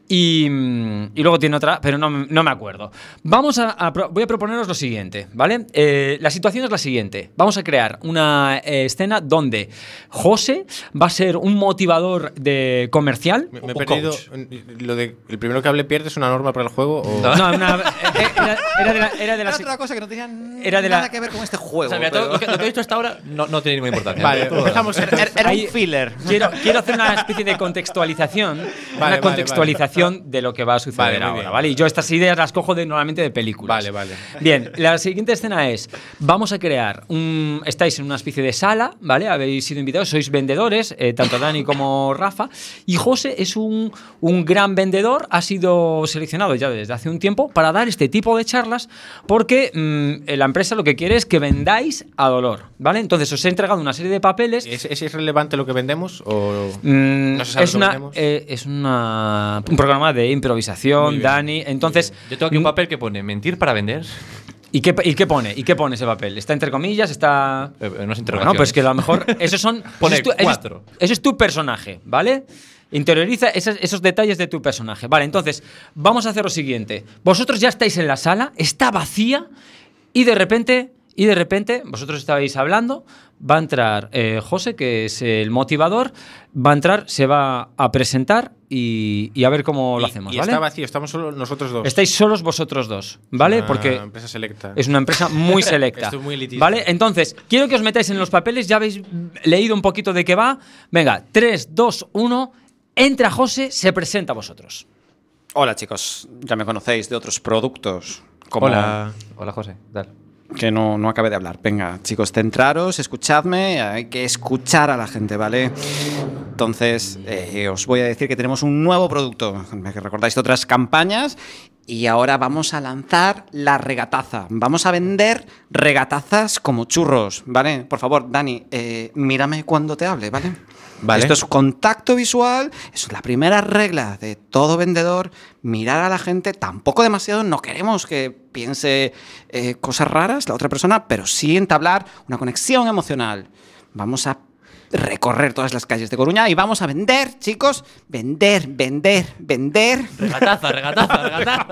[SPEAKER 3] y, mm, y luego tiene otra, pero no, me- no me acuerdo. Vamos a, a pro- voy a proponeros lo siguiente, ¿vale? Eh, la situación es la siguiente. Vamos a crear una eh, escena donde José va a ser un motivador de comercial.
[SPEAKER 4] Me, me he
[SPEAKER 3] o
[SPEAKER 4] perdido.
[SPEAKER 3] coach.
[SPEAKER 4] Lo de el primero que hable pierde es una norma para el juego. O...
[SPEAKER 3] No, una- eh, era, era de la, era de la
[SPEAKER 10] Era
[SPEAKER 3] si-
[SPEAKER 10] otra cosa que no tenía n-
[SPEAKER 3] Era de la-
[SPEAKER 10] nada que ver con este
[SPEAKER 2] O
[SPEAKER 10] juego.
[SPEAKER 2] sea, mira, todo
[SPEAKER 10] pero-
[SPEAKER 2] lo, que, lo que he dicho hasta ahora no, no tiene ninguna importancia.
[SPEAKER 4] Vale,
[SPEAKER 2] Todo-
[SPEAKER 4] dejamos
[SPEAKER 10] Era, era- era
[SPEAKER 3] Ahí-
[SPEAKER 10] un filler.
[SPEAKER 3] Quiero, quiero hacer una especie de contextualización,
[SPEAKER 4] vale,
[SPEAKER 3] una contextualización de lo que va a
[SPEAKER 4] Vale,
[SPEAKER 3] suceder
[SPEAKER 4] muy
[SPEAKER 3] ahora,
[SPEAKER 4] bien.
[SPEAKER 3] ¿vale? Y yo estas ideas las cojo de, normalmente de películas.
[SPEAKER 4] Vale, vale.
[SPEAKER 3] Bien, la siguiente escena es, vamos a crear un... Estáis en una especie de sala, ¿vale? Habéis sido invitados, sois vendedores, eh, tanto Dani como Rafa, y José es un, un gran vendedor, ha sido seleccionado ya desde hace un tiempo para dar este tipo de charlas, porque mm, eh, la empresa lo que quiere es que vendáis a dolor, ¿vale? Entonces os he entregado una serie de papeles
[SPEAKER 4] ¿Es, es irrelevante lo que vendemos? O...
[SPEAKER 3] Mm,
[SPEAKER 4] No se sabe
[SPEAKER 3] es,
[SPEAKER 4] lo que
[SPEAKER 3] una,
[SPEAKER 4] tenemos.
[SPEAKER 3] eh, es una- un programa de
[SPEAKER 4] Muy
[SPEAKER 3] improvisación,
[SPEAKER 4] bien,
[SPEAKER 3] Dani. Entonces,
[SPEAKER 2] Yo tengo aquí un
[SPEAKER 3] mm,
[SPEAKER 2] papel que pone mentir para vender. eh,
[SPEAKER 3] ¿y qué, ¿y qué pone? ¿Y qué pone ese papel? ¿Está entre comillas? ¿Está.?
[SPEAKER 2] Eh, No es
[SPEAKER 3] Bueno,
[SPEAKER 2] interrogación.
[SPEAKER 3] pues que a lo mejor. Esos son.
[SPEAKER 2] Pone
[SPEAKER 3] eso es tu, eso es-
[SPEAKER 2] cuatro.
[SPEAKER 3] eso es tu personaje, ¿vale? Interioriza esas- esos detalles de tu personaje. Vale, entonces, vamos a hacer lo siguiente. Vosotros ya estáis en la sala, está vacía, y de repente. Y de repente, vosotros estabais hablando, va a entrar eh, José, que es el motivador, va a entrar, se va a presentar y, y a ver cómo lo
[SPEAKER 4] Y-
[SPEAKER 3] hacemos,
[SPEAKER 4] y
[SPEAKER 3] ¿vale?
[SPEAKER 4] está vacío, Ah, estamos solo nosotros dos.
[SPEAKER 3] Estáis solos vosotros dos, ¿vale?
[SPEAKER 4] Una
[SPEAKER 3] Porque
[SPEAKER 4] Empresa selecta.
[SPEAKER 3] es una empresa muy selecta.
[SPEAKER 4] Esto es muy elitista.
[SPEAKER 3] ¿Vale? Entonces, quiero que os metáis en los papeles. Ya habéis leído un poquito de qué va. Venga, 3, 2, 1. Entra José, se presenta a vosotros.
[SPEAKER 10] Hola chicos, ya me conocéis de otros productos. Como
[SPEAKER 4] Hola.
[SPEAKER 2] Hola, José. Dale.
[SPEAKER 10] Que no, no acabé de hablar. Venga, chicos, centraros, escuchadme. Hay que escuchar a la gente, ¿vale? Entonces, eh, os voy a decir que tenemos un nuevo producto. Me Recordáis de otras campañas. Y ahora vamos a lanzar la regataza. Vamos a vender regatazas como churros, ¿vale? Por favor, Dani, eh, mírame cuando te hable, ¿vale?
[SPEAKER 4] Vale.
[SPEAKER 10] Esto es contacto visual, es la primera regla de todo vendedor, mirar a la gente, tampoco demasiado, no queremos que piense eh, cosas raras la otra persona, pero sí entablar una conexión emocional. Vamos a recorrer todas las calles de Coruña y vamos a vender, chicos, vender, vender, vender.
[SPEAKER 2] Regataza, regataza, regataza.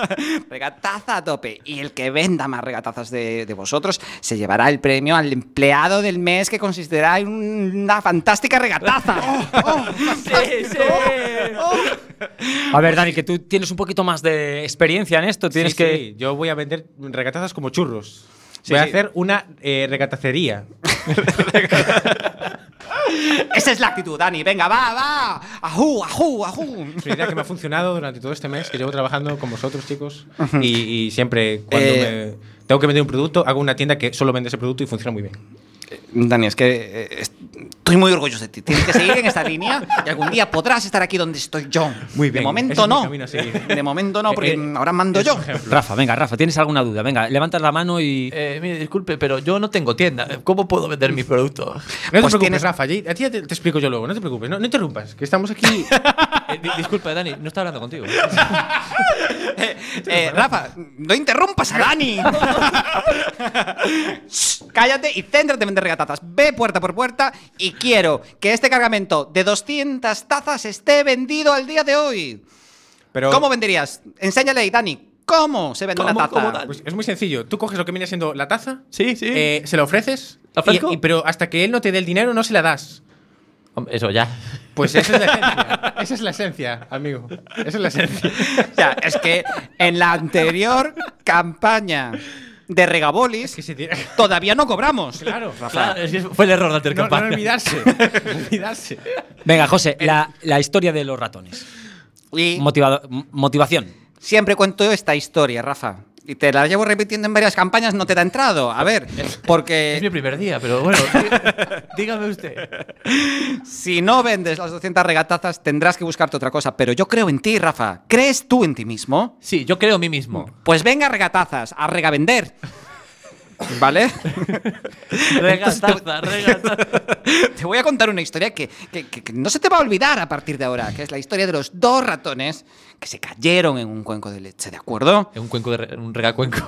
[SPEAKER 10] regataza a tope. Y el que venda más regatazas de, de vosotros se llevará el premio al empleado del mes que consistirá en una fantástica regataza.
[SPEAKER 4] Oh,
[SPEAKER 3] A ver, Dani, que tú tienes un poquito más de experiencia en esto. Tienes
[SPEAKER 4] Sí,
[SPEAKER 3] que.
[SPEAKER 4] sí, yo voy a vender regatazas como churros.
[SPEAKER 3] Sí,
[SPEAKER 4] voy a
[SPEAKER 3] sí.
[SPEAKER 4] hacer una eh, regatacería.
[SPEAKER 10] Esa es la actitud, Dani. Venga, va, va. Ajú, ajú, ajú.
[SPEAKER 4] Es una idea que me ha funcionado durante todo este mes, que llevo trabajando con vosotros, chicos. Y, y siempre cuando
[SPEAKER 10] Eh.
[SPEAKER 4] me- tengo que vender un producto, hago una tienda que solo vende ese producto y funciona muy bien.
[SPEAKER 10] Dani, es que eh, est- estoy muy orgulloso de ti. Tienes que seguir en esta línea y algún día podrás estar aquí donde estoy yo.
[SPEAKER 4] Muy
[SPEAKER 10] De
[SPEAKER 4] bien, ese
[SPEAKER 10] momento
[SPEAKER 4] es mi
[SPEAKER 10] no.
[SPEAKER 4] camino a seguir.
[SPEAKER 10] De momento no, porque
[SPEAKER 4] Eh, eh,
[SPEAKER 10] mm, ahora mando yo.
[SPEAKER 3] Rafa, venga, Rafa, ¿tienes alguna duda? Venga, levanta la mano y.
[SPEAKER 2] Eh, mire, disculpe, pero yo no tengo tienda. ¿Cómo puedo vender mis productos?
[SPEAKER 4] No te
[SPEAKER 10] Pues
[SPEAKER 4] preocupes,
[SPEAKER 10] tienes-
[SPEAKER 4] Rafa, allí- a ti ya te, te explico yo luego, no te preocupes, no, no interrumpas, que estamos aquí.
[SPEAKER 2] Eh, di- disculpa, Dani, no está hablando contigo.
[SPEAKER 10] Eh, Rafa, no interrumpas a Dani. Shh, Cállate y céntrate en vender regatazas. Ve puerta por puerta y quiero que este cargamento de 200 tazas esté vendido al día de hoy.
[SPEAKER 4] Pero,
[SPEAKER 10] ¿Cómo venderías? Enséñale ahí, Dani. ¿Cómo se vende
[SPEAKER 2] ¿Cómo,
[SPEAKER 10] una taza?
[SPEAKER 2] cómo, Dani?
[SPEAKER 4] Pues es muy sencillo, tú coges lo que viene siendo la taza,
[SPEAKER 2] Sí, sí.
[SPEAKER 4] eh, se la ofreces,
[SPEAKER 2] ¿La ofrezco?
[SPEAKER 4] y- y- pero hasta que él no te dé el dinero no se la das.
[SPEAKER 2] Hombre, Eso ya.
[SPEAKER 4] Pues esa es la esencia, esa es la esencia, amigo. Esa es la esencia.
[SPEAKER 10] O sea, es que en la anterior campaña de Regabolis
[SPEAKER 4] Que se tiene-
[SPEAKER 10] todavía no cobramos.
[SPEAKER 4] Claro, Rafa.
[SPEAKER 2] Claro, es que fue el error de la anterior
[SPEAKER 4] No, no
[SPEAKER 2] campaña.
[SPEAKER 4] olvidarse, olvidarse.
[SPEAKER 3] Venga, José, la, la historia de los ratones.
[SPEAKER 10] Y
[SPEAKER 3] Motivado- m- motivación.
[SPEAKER 10] siempre cuento esta historia, Rafa. Y te la llevo repitiendo en varias campañas, no te la ha entrado. A ver,
[SPEAKER 2] Es mi
[SPEAKER 10] porque
[SPEAKER 2] primer día, pero bueno, dí- dígame usted.
[SPEAKER 10] si no vendes las 200 regatazas, tendrás que buscarte otra cosa. Pero yo creo en ti, Rafa. ¿Crees tú en ti mismo?
[SPEAKER 2] Sí, yo creo en mí mismo.
[SPEAKER 10] Pues venga, regatazas, a regavender. ¿Vale?
[SPEAKER 2] Regataza, regataza.
[SPEAKER 10] Te voy a contar una historia que, que- que- que no se te va a olvidar a partir de ahora, que es la historia de los dos ratones que se cayeron en un cuenco de leche, ¿de acuerdo?
[SPEAKER 2] Es un cuenco de re- un regacuenco.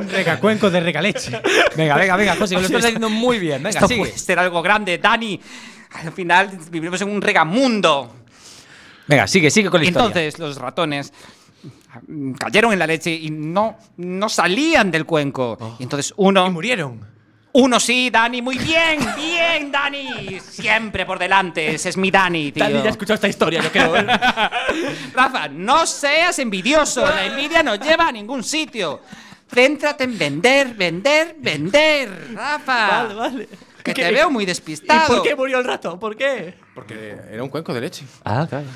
[SPEAKER 4] Un regacuenco de regaleche.
[SPEAKER 3] Venga, venga, venga, José, que lo estás haciendo muy bien. Venga,
[SPEAKER 10] Esto
[SPEAKER 3] sigue.
[SPEAKER 10] puede ser algo grande, Dani. Al final vivimos en un regamundo.
[SPEAKER 3] Venga, sigue, sigue con la historia.
[SPEAKER 10] Entonces los ratones mm, cayeron en la leche y no, no salían del cuenco.
[SPEAKER 2] Ah.
[SPEAKER 10] Y entonces uno...
[SPEAKER 4] Murieron.
[SPEAKER 10] Uno sí, Dani, muy bien, bien, Dani. Siempre por delante, ese es mi Dani, tío.
[SPEAKER 2] Dani ya ha escuchado esta historia, yo creo. ¿eh?
[SPEAKER 10] Rafa, no seas envidioso. La envidia no lleva a ningún sitio. Céntrate en vender, vender, vender, Rafa.
[SPEAKER 2] Vale, vale.
[SPEAKER 10] Que
[SPEAKER 2] ¿Qué-
[SPEAKER 10] te veo muy
[SPEAKER 2] ¿Y
[SPEAKER 10] despistado.
[SPEAKER 2] por qué murió el rato? ¿Por qué?
[SPEAKER 4] Porque era un cuenco de leche.
[SPEAKER 2] Ah, claro.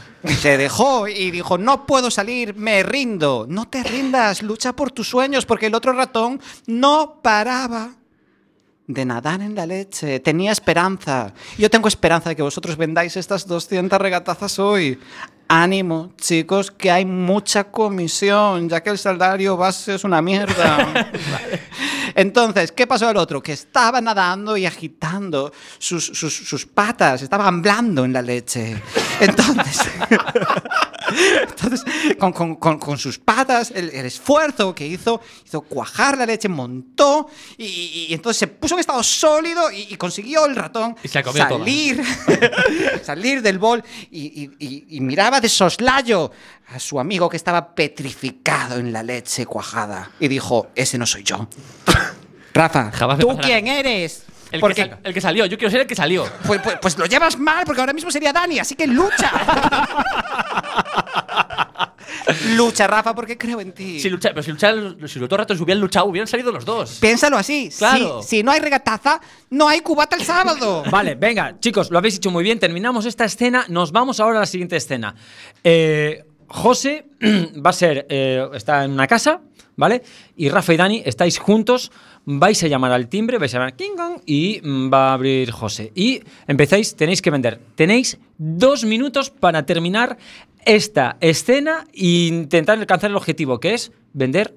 [SPEAKER 10] Te dejó y dijo, no puedo salir, me rindo. No te rindas, lucha por tus sueños, porque el otro ratón no paraba de nadar en la leche. Tenía esperanza. Yo tengo esperanza de que vosotros vendáis estas 200 regatazas hoy. Ánimo, chicos, que hay mucha comisión, ya que el salario base es una mierda. Entonces, ¿qué pasó al otro? Que estaba nadando y agitando sus, sus- sus patas, estaba amblando en la leche. Entonces, entonces con, con- con- con sus patas, el, el esfuerzo que hizo, hizo cuajar la leche, montó y, y- y entonces se puso en estado sólido y, y consiguió el ratón
[SPEAKER 2] Y se la comió toda.
[SPEAKER 10] salir, salir del bol y, y- y- y miraba de soslayo a su amigo que estaba petrificado en la leche cuajada y dijo, ese no soy yo. Rafa,
[SPEAKER 2] Jamás me
[SPEAKER 10] ¿tú
[SPEAKER 2] pasará.
[SPEAKER 10] quién eres?
[SPEAKER 2] El,
[SPEAKER 10] Porque-
[SPEAKER 2] que sal- el que salió, yo quiero ser el que salió.
[SPEAKER 10] pues, pues- pues lo llevas mal, porque ahora mismo sería Dani, así que lucha. lucha, Rafa, porque creo en ti.
[SPEAKER 2] Si lucha, pero si luchar, si los dos ratos hubieran luchado, hubieran salido los dos.
[SPEAKER 10] Piénsalo así. Si-
[SPEAKER 2] Claro.
[SPEAKER 10] Si, no hay regataza, no hay cubata el sábado.
[SPEAKER 3] Vale, venga, chicos, lo habéis hecho muy bien. Terminamos esta escena. Nos vamos ahora a la siguiente escena. Eh, José va a ser. eh, está en una casa. ¿vale? Y Rafa y Dani estáis juntos, vais a llamar al timbre, vais a llamar King Kong y mm, va a abrir José. Y empezáis, tenéis que vender. Tenéis dos minutos para terminar esta escena e intentar alcanzar el objetivo, que es vender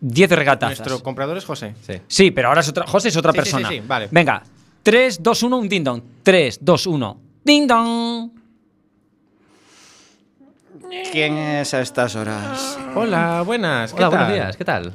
[SPEAKER 3] 10 regatazas.
[SPEAKER 4] Nuestro comprador es José.
[SPEAKER 2] Sí.
[SPEAKER 3] Sí, pero ahora es otra. José es otra
[SPEAKER 4] Sí, sí,
[SPEAKER 3] persona.
[SPEAKER 4] sí, sí, vale.
[SPEAKER 3] Venga, 3, 2, 1, un ding dong. 3, 2, 1. Ding dong.
[SPEAKER 10] ¿Quién es a estas horas?
[SPEAKER 4] Hola, buenas. ¿qué
[SPEAKER 2] Hola, buenos
[SPEAKER 4] tal?
[SPEAKER 2] días, ¿qué tal?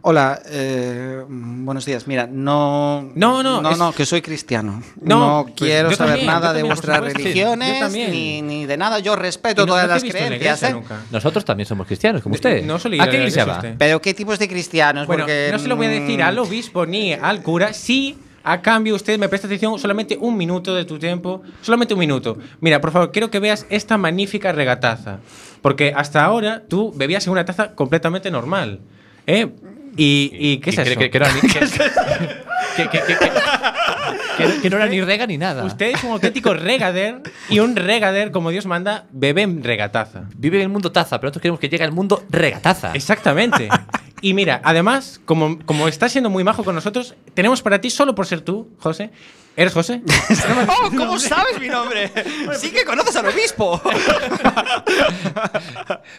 [SPEAKER 10] Hola, eh, buenos días. Mira, no.
[SPEAKER 4] No, no,
[SPEAKER 10] No,
[SPEAKER 4] es-
[SPEAKER 10] que soy cristiano. No,
[SPEAKER 4] No, pues,
[SPEAKER 10] quiero
[SPEAKER 4] yo
[SPEAKER 10] saber
[SPEAKER 4] también,
[SPEAKER 10] nada
[SPEAKER 4] yo
[SPEAKER 10] de
[SPEAKER 4] también, por
[SPEAKER 10] vuestras
[SPEAKER 4] supuesto. Sí, yo
[SPEAKER 10] religiones
[SPEAKER 4] también.
[SPEAKER 10] ni, ni de nada. Yo respeto
[SPEAKER 4] Y no-
[SPEAKER 10] todas
[SPEAKER 4] no te he
[SPEAKER 10] las
[SPEAKER 4] visto en la
[SPEAKER 10] creencias,
[SPEAKER 4] iglesia
[SPEAKER 10] ¿eh?
[SPEAKER 4] nunca.
[SPEAKER 2] Nosotros también somos cristianos, como usted.
[SPEAKER 4] no solía
[SPEAKER 2] ¿A qué
[SPEAKER 4] ir a la
[SPEAKER 2] iglesia va?
[SPEAKER 4] iglesia usted.
[SPEAKER 10] Pero ¿qué tipos de cristianos?
[SPEAKER 4] Bueno,
[SPEAKER 10] Porque,
[SPEAKER 4] no se lo voy a decir
[SPEAKER 10] mm,
[SPEAKER 4] al obispo ni al cura si a cambio usted me presta atención solamente un minuto de tu tiempo. Solamente un minuto. Mira, por favor, quiero que veas esta magnífica regataza. Porque hasta ahora tú bebías en una taza completamente normal. ¿Eh? ¿Y, y qué es
[SPEAKER 2] Que-
[SPEAKER 4] eso?
[SPEAKER 2] Que, que no era ni, que- que- que- que- que- que- que no era ni rega ni nada.
[SPEAKER 4] Usted es un auténtico regader y un regader, como Dios manda, bebé en regataza.
[SPEAKER 2] vive en el mundo taza, pero nosotros queremos que llegue al mundo regataza.
[SPEAKER 4] Exactamente. Y mira, además, como, como estás siendo muy majo con nosotros, tenemos para ti, solo por ser tú, José. ¿Eres José?
[SPEAKER 10] ¡Oh, cómo sabes mi nombre! sí que conoces al obispo.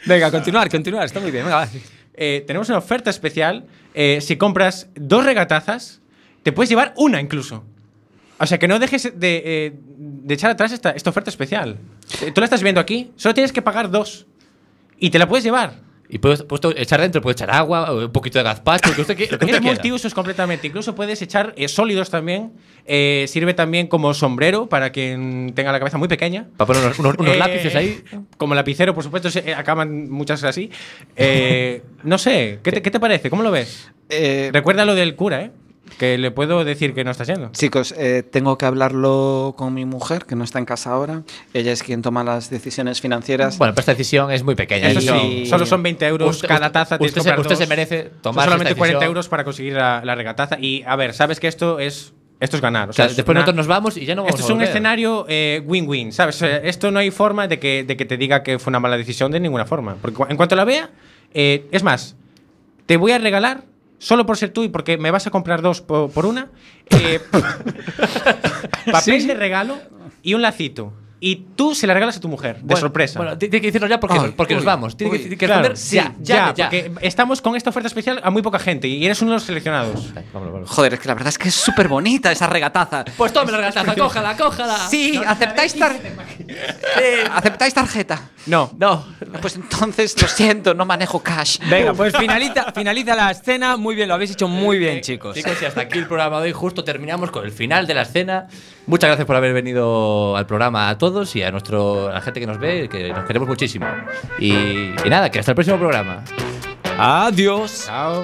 [SPEAKER 3] Venga, continuar, continuar. Está muy bien. Venga, va.
[SPEAKER 4] Eh, tenemos una oferta especial. Eh, si compras dos regatazas, te puedes llevar una incluso. O sea, que no dejes de, eh, de echar atrás esta, esta oferta especial. Eh, Tú la estás viendo aquí, solo tienes que pagar dos. Y te la puedes llevar.
[SPEAKER 2] Y puedes, puedes echar dentro, puedes echar agua, o un poquito de gazpacho, lo que usted, quie- lo que usted
[SPEAKER 4] Es
[SPEAKER 2] quiera.
[SPEAKER 4] multiusos completamente. Incluso puedes echar eh, sólidos también. Eh, sirve también como sombrero para quien tenga la cabeza muy pequeña.
[SPEAKER 2] Para poner unos, unos- unos
[SPEAKER 4] Eh,
[SPEAKER 2] lápices ahí.
[SPEAKER 4] Como lapicero, por supuesto, se- eh, acaban muchas así. Eh, no sé, ¿qué te, qué te parece? ¿Cómo lo ves?
[SPEAKER 10] Eh,
[SPEAKER 4] Recuerda lo del cura, ¿eh? Que le puedo decir que no está yendo.
[SPEAKER 10] Chicos, eh, tengo que hablarlo con mi mujer, que no está en casa ahora. Ella es quien toma las decisiones financieras.
[SPEAKER 2] Bueno, pero esta decisión es muy pequeña.
[SPEAKER 4] Eso
[SPEAKER 2] y-
[SPEAKER 4] sí, solo son 20 euros
[SPEAKER 2] Usted-
[SPEAKER 4] cada
[SPEAKER 2] usted-
[SPEAKER 4] taza. tienes
[SPEAKER 2] usted
[SPEAKER 4] que
[SPEAKER 2] se-
[SPEAKER 4] comprar
[SPEAKER 2] usted se
[SPEAKER 4] dos.
[SPEAKER 2] merece
[SPEAKER 4] Son
[SPEAKER 2] tomarse
[SPEAKER 4] solamente
[SPEAKER 2] esta
[SPEAKER 4] 40
[SPEAKER 2] decisión.
[SPEAKER 4] euros para conseguir la, la regataza. Y a ver, sabes que esto es, esto es ganar. O
[SPEAKER 2] O
[SPEAKER 4] sea,
[SPEAKER 2] sea,
[SPEAKER 4] es
[SPEAKER 2] después
[SPEAKER 4] una-
[SPEAKER 2] nosotros nos vamos y ya no vamos
[SPEAKER 4] Esto
[SPEAKER 2] a
[SPEAKER 4] es un
[SPEAKER 2] volver.
[SPEAKER 4] escenario eh, win-win, ¿sabes? O sea, esto no hay forma de que, de que te diga que fue una mala decisión de ninguna forma. Porque cu- en cuanto la vea, eh, es más, te voy a regalar, solo por ser tú y porque me vas a comprar dos po- por, una, eh, papel de regalo y un lacito. Y tú se la regalas a tu mujer, de
[SPEAKER 2] Bueno,
[SPEAKER 4] sorpresa.
[SPEAKER 2] Bueno, tiene que decirnos ya porque,
[SPEAKER 10] Ay,
[SPEAKER 2] porque nos
[SPEAKER 10] uy,
[SPEAKER 2] vamos. Tiene que,
[SPEAKER 10] uy,
[SPEAKER 2] tiene que
[SPEAKER 4] Claro,
[SPEAKER 2] responder
[SPEAKER 4] sí,
[SPEAKER 2] ya, ya, ya.
[SPEAKER 4] porque estamos con esta oferta especial a muy poca gente y eres uno de los seleccionados.
[SPEAKER 2] Ay, vámonos, vámonos.
[SPEAKER 10] Joder, es que la verdad es que es súper bonita esa regataza. Ah,
[SPEAKER 2] Pues tome la gataza, cójala, cójala.
[SPEAKER 10] Sí, aceptáis, tar- Eh, aceptáis tarjeta.
[SPEAKER 4] No,
[SPEAKER 2] No.
[SPEAKER 10] Pues entonces lo siento, no manejo cash.
[SPEAKER 3] Venga, pues finaliza, finaliza la escena. Muy bien, lo habéis hecho muy bien, chicos.
[SPEAKER 2] Chicos, y hasta aquí el programa de hoy. Justo terminamos con el final de la escena. Muchas gracias por haber venido al programa a todos y a, nuestro, a la gente que nos ve, que nos queremos muchísimo. Y, y nada, que hasta el próximo programa.
[SPEAKER 3] Adiós.
[SPEAKER 4] Chao.